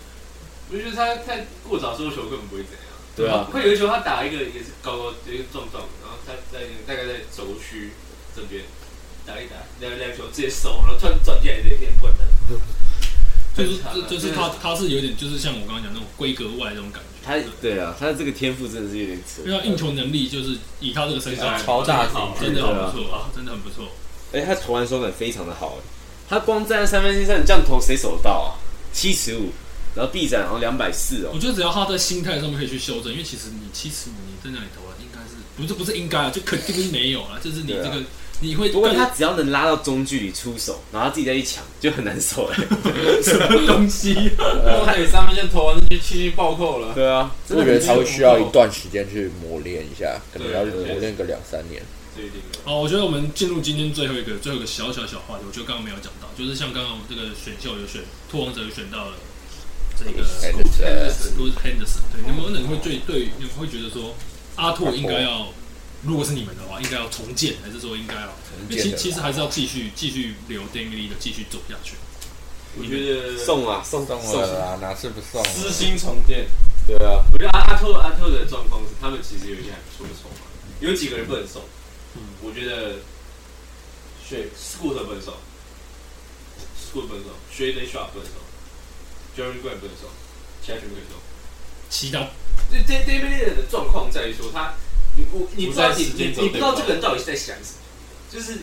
[SPEAKER 3] 我觉得他太过早收球根本不会怎样。
[SPEAKER 2] 对啊，
[SPEAKER 3] 会有一球他打一个也是高高，有一个撞撞，然后他在那个大概在轴区这边打一打，两两球直接收，然后突然转进来一点不能。
[SPEAKER 1] 就是
[SPEAKER 3] 很强啊
[SPEAKER 1] 就是他他是有点就是像我刚刚讲那种规格外那种感觉，
[SPEAKER 2] 他对啊，他的这个天赋真的是有点扯
[SPEAKER 1] 因。为他运球能力就是以他这个身高，
[SPEAKER 4] 超大型
[SPEAKER 1] 真的很不错啊，真的很不错。
[SPEAKER 2] 而哎且他投篮手感非常的好，他光站在三分线上，你这样投谁守得到啊？七十五，然后臂展然后两百四哦
[SPEAKER 1] 我，觉得只要他在心态上面可以去修正，因为其实你七十五你在那里投篮，应该是不是不是应该啊，就肯定是没有啊，就是你这个、
[SPEAKER 2] 对
[SPEAKER 1] 你会
[SPEAKER 2] 不过
[SPEAKER 1] 更
[SPEAKER 2] 他只要能拉到中距离出手，然后他自己再去抢，就很难守了。
[SPEAKER 1] 什么东西，
[SPEAKER 2] 呃
[SPEAKER 8] 我看你三分线投完就七七暴扣了，
[SPEAKER 2] 对啊，真
[SPEAKER 4] 我
[SPEAKER 2] 的
[SPEAKER 4] 觉得
[SPEAKER 2] 很
[SPEAKER 4] 他会需要一段时间去磨练一下，可能
[SPEAKER 3] 对
[SPEAKER 4] 要
[SPEAKER 3] 对
[SPEAKER 4] 磨练个两三年。
[SPEAKER 3] 这一定的。
[SPEAKER 1] 好，我觉得我们进入今天最后一个最后一个小小小话题，我觉得刚刚没有讲到，就是像刚刚我们这个选秀有选拓王者有选到了这个
[SPEAKER 4] And
[SPEAKER 1] Scoot
[SPEAKER 4] it's,
[SPEAKER 1] Scoot Henderson，对，你们可能会最对，你们会觉得说阿拓应该要，如果是你们的话，应该要重建，还是说应该要？
[SPEAKER 4] 重
[SPEAKER 1] 因为
[SPEAKER 4] 建
[SPEAKER 1] 其
[SPEAKER 4] 的
[SPEAKER 1] 其实还是要继续继续留 d a m i 的，继续走下去。
[SPEAKER 3] 我觉得，
[SPEAKER 2] 送啊送
[SPEAKER 4] 送了啦，哪次不送？啊
[SPEAKER 8] 私心重建，
[SPEAKER 2] 对啊。
[SPEAKER 3] 我觉得阿阿拓阿拓的状况是，他们其实有一些还不错的筹码，有几个人不能送。我觉得
[SPEAKER 8] 血
[SPEAKER 3] Scoot 不能送，Scoot 不能送，Shaden Sharp 不能送，Jerry Grant 不能送，其他全部可以送。
[SPEAKER 1] 其他
[SPEAKER 3] 这这 d a v 的状况在于说他，你我你不知道
[SPEAKER 8] 不
[SPEAKER 3] 你
[SPEAKER 8] 在时
[SPEAKER 3] 你
[SPEAKER 8] 间轴
[SPEAKER 3] 你不知道
[SPEAKER 8] 对吧
[SPEAKER 3] 这个人到底是在想什么，就是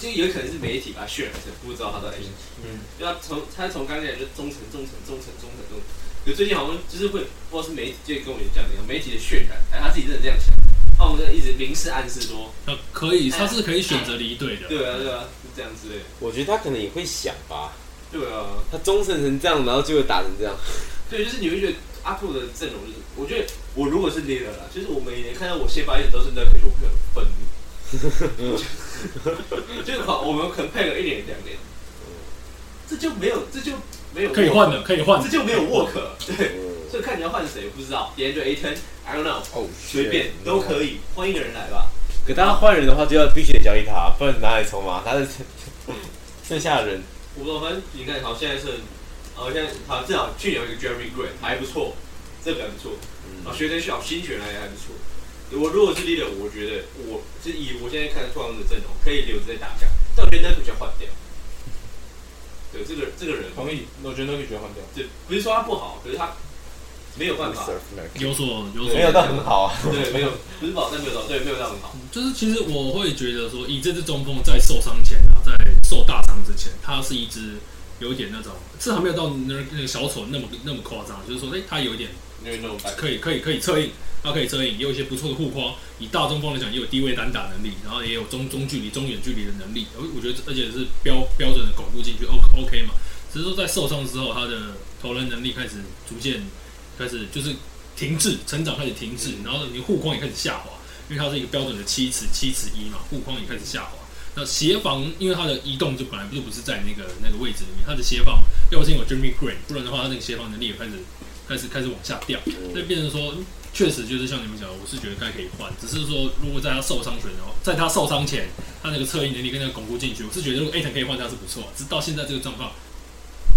[SPEAKER 3] 就有可能是媒体把他渲染成不知道他到底在想什么，
[SPEAKER 8] 嗯
[SPEAKER 3] 就他从他从刚才讲就忠诚忠诚忠诚忠诚忠诚，可最近好像就是会不知道是媒体就跟我讲的一样，媒体的渲染，哎他自己真的这样想，他们就一直明示暗示说，
[SPEAKER 1] 那呃可以，他是可以选择离队的。
[SPEAKER 3] 对啊对啊，是这样之类的，
[SPEAKER 2] 我觉得他可能也会想吧，
[SPEAKER 3] 对啊，
[SPEAKER 2] 他忠诚成这样，然后就会打成这样。
[SPEAKER 3] 对，就是你会觉得阿兔的阵容就是，我觉得我如果是 leader 啦，就是我每年看到我先发一直都是那个，我会很愤怒。就是好，我们可能配个一年两年，这就没有，这就没有
[SPEAKER 1] 可以换的，可以换
[SPEAKER 3] 这
[SPEAKER 1] 的。
[SPEAKER 3] 就没有 work，对，
[SPEAKER 2] 嗯
[SPEAKER 3] 所以看你要换谁不知道，别人就 A turn，I don't know，
[SPEAKER 4] 哦，
[SPEAKER 3] 随便都可以，换一个人来吧。
[SPEAKER 2] 可大家换人的话，就要必须得交易他，不然哪里筹码？他是 剩下的人，
[SPEAKER 3] 我不知道，反正你看，好，现在是，好，现在好，至少去年有一个 Jeremy Gray 还不错，这个还不错，然后学生小新选来也还不错。我如果是 leader，我觉得我是以我现在看状况的阵容可以留着再打架，但我觉得 n u 要换掉。对，这个这个人，
[SPEAKER 9] 同意，我觉得那个觉得换掉。
[SPEAKER 3] 对，不是说他不好，可是他没有办法，
[SPEAKER 1] 有所有所
[SPEAKER 2] 没有到很好啊。
[SPEAKER 3] 对，没有不是保证没有到，对，没有到很好。
[SPEAKER 1] 就是其实我会觉得说，以这支中锋在受伤前啊，在受大伤之前，它是一支有一点那种，至少没有到那那个小丑那么那么夸张，就是说，哎、它有一点
[SPEAKER 3] 因为那种
[SPEAKER 1] 可以可以可以策应，它可以策应，也有一些不错的护框。以大中锋来讲，也有低位单打能力，然后也有中中距离、中远距离的能力。我我觉得这而且是标标准的巩固进去，O OK 嘛。只是说在受伤之后，他的投篮能力开始逐渐开始就是停滞，成长开始停滞，然后你护框也开始下滑，因为它是一个标准的七尺七尺一嘛，护框也开始下滑。那协防，因为它的移动就本来就不是在那个那个位置里面，它的协防要不是因为有 Jimmy Green，不然的话，它那个协防能力也开始开始开始往下掉。那变成说，嗯确实就是像你们讲的，我是觉得该可以换，只是说如果在他受伤前的话，在他受伤前，他那个策应能力跟那个巩固进去，我是觉得如果 A 腾可以换他是不错，只是到现在这个状况，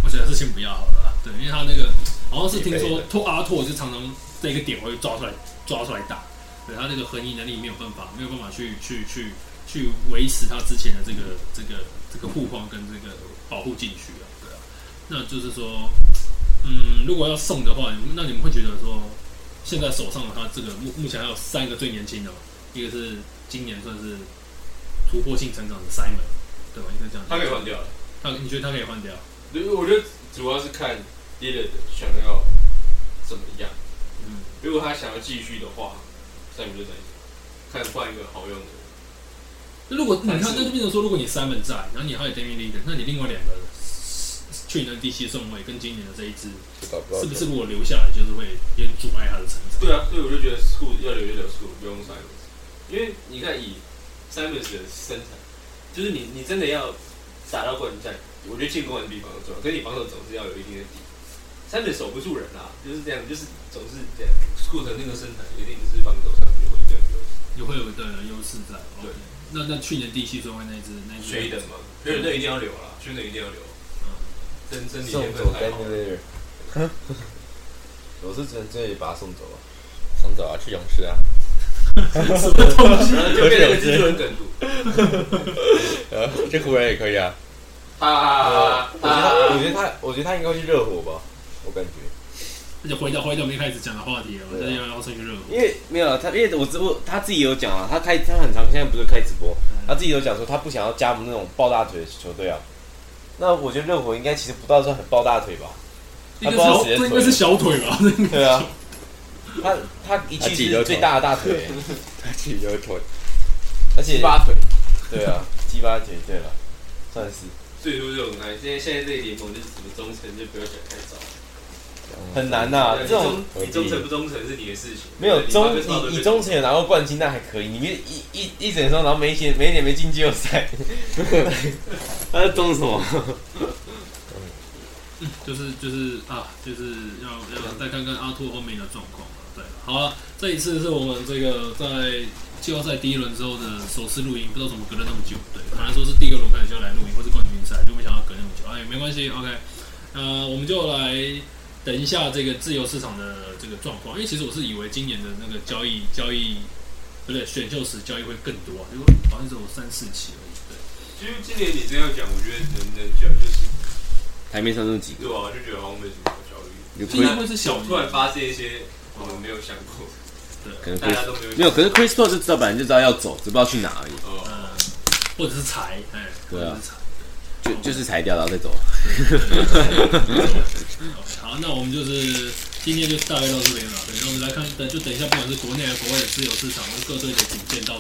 [SPEAKER 1] 我觉得还是先不要好了啦。啊对，因为他那个好像是听说托阿拓就常常这个点会抓出来抓出来打，对他那个横移能力没有办法，没有办法去去去去维持他之前的这个这个这个护框跟这个保护禁区啊，对啊，那就是说，嗯，如果要送的话，你们那你们会觉得说，现在手上的他这个目目前还有三个最年轻的嘛，一个是今年算是突破性成长的 Simon，对吧？应该这样讲，
[SPEAKER 3] 他可以换掉了。
[SPEAKER 1] 他你觉得他可以换掉？
[SPEAKER 3] 对，我觉得主要是看 leader 想要怎么样。
[SPEAKER 1] 嗯，
[SPEAKER 3] 如果他想要继续的话，那你就等一下，看换一个好用的。
[SPEAKER 1] 那如果你看，
[SPEAKER 3] 但是
[SPEAKER 1] 那就变成说，如果你 Simon 在，然后你还有 Damian l e a d e r 那你另外两个去年的第七顺位跟今年的这一支，是不是如果留下来，就是会有点阻碍他的成长？
[SPEAKER 3] 对啊，所以我就觉得 school 要留就留 school，不用 Simons，因为你看以 Simons 的身材，就是你你真的要打到冠军赛，我觉得进攻还是比防守重要，可是你防守总是要有一定的底。Simons 守不住人啊，就是这样，就是总是这样。school 的那个身材一定是防守上面会更有
[SPEAKER 1] 也会有的优势在。
[SPEAKER 3] 对
[SPEAKER 1] OK，那那去年第七顺位那一支，那一支
[SPEAKER 3] 水等嘛，嗯水等一定要留啦，水等一定要留，啊真真理
[SPEAKER 2] 送
[SPEAKER 3] 天
[SPEAKER 2] 走
[SPEAKER 3] 分太
[SPEAKER 2] d a
[SPEAKER 3] 好
[SPEAKER 2] n i。e 我是纯粹把他送走了。
[SPEAKER 4] 上走啊，去泳池啊，
[SPEAKER 3] 然后就变 成一个蜘蛛人梗图，
[SPEAKER 4] 呃，这湖人也可以啊，
[SPEAKER 3] 哈哈
[SPEAKER 2] 我觉得他，呃我觉
[SPEAKER 3] 哈！
[SPEAKER 2] 得他，我觉得他应该会去热火吧，我感觉。
[SPEAKER 1] 那就回到回到我们一开始讲的话题了，
[SPEAKER 2] 对啊
[SPEAKER 1] 大家要出去热火。
[SPEAKER 2] 因为没有啊他，因为我知我他自己有讲啊，他开他很长，现在不是开直播，他自己有讲说他不想要加盟那种抱大腿的球队啊。那我觉得热火应该其实不到算很抱大腿吧？
[SPEAKER 1] 那
[SPEAKER 2] 他
[SPEAKER 1] 个
[SPEAKER 2] 不
[SPEAKER 1] 是小
[SPEAKER 2] 知道谁的
[SPEAKER 1] 这应该是小腿吧？
[SPEAKER 2] 对啊， 他他一去就是最大的大腿、
[SPEAKER 4] 去游腿，
[SPEAKER 2] 而且
[SPEAKER 9] 八腿，
[SPEAKER 2] 对啊，鸡巴腿，对了，算是
[SPEAKER 3] 最多这种哎，现在现在这个联盟就是什么忠诚就不要想太早。
[SPEAKER 2] 很难呐、
[SPEAKER 3] 对
[SPEAKER 2] 这种
[SPEAKER 3] 你忠你忠诚不忠诚是你的事情，
[SPEAKER 2] 没有
[SPEAKER 3] 你
[SPEAKER 2] 中，
[SPEAKER 3] 发个照片
[SPEAKER 2] 你你中程有拿过冠军，那还可以。你们一一一整双，然后每一年每一年没进季后赛，他在中什么？
[SPEAKER 1] 就是就是啊，就是要要再看看阿拓后面的状况了。对，好了，这一次是我们这个在季后赛第一轮之后的首次录音，不知道怎么隔了那么久。对，本来说是第二轮开始就要来录音，或是冠军赛，就没想到隔那么久。哎，没关系，OK，呃，我们就来等一下这个自由市场的这个状况，因为其实我是以为今年的那个交易交易不对，选秀时交易会更多啊，因为好像只有三四期而已。对。
[SPEAKER 3] 其实今年你这样讲，我觉得能能讲就是
[SPEAKER 2] 台面上那几
[SPEAKER 3] 对吧？就觉得好像没什么好焦虑。
[SPEAKER 2] 有
[SPEAKER 1] 今天会是小
[SPEAKER 3] 突然发现一些我们没有想过，
[SPEAKER 2] 可能
[SPEAKER 3] 大家都没有
[SPEAKER 2] 没有，可是 Chris Paul 就知道，本来就知道要走，只不知道去哪而已，
[SPEAKER 3] 哦，
[SPEAKER 1] 呃，或者是裁，哎，或
[SPEAKER 2] 对啊
[SPEAKER 1] 者是裁。
[SPEAKER 2] 就就是裁掉然后再走。
[SPEAKER 1] 好，那我们就是今天就大概到这边了。对，那我们来看，等就等一下，不管是国内还是国外的自由市场，各队的组件到。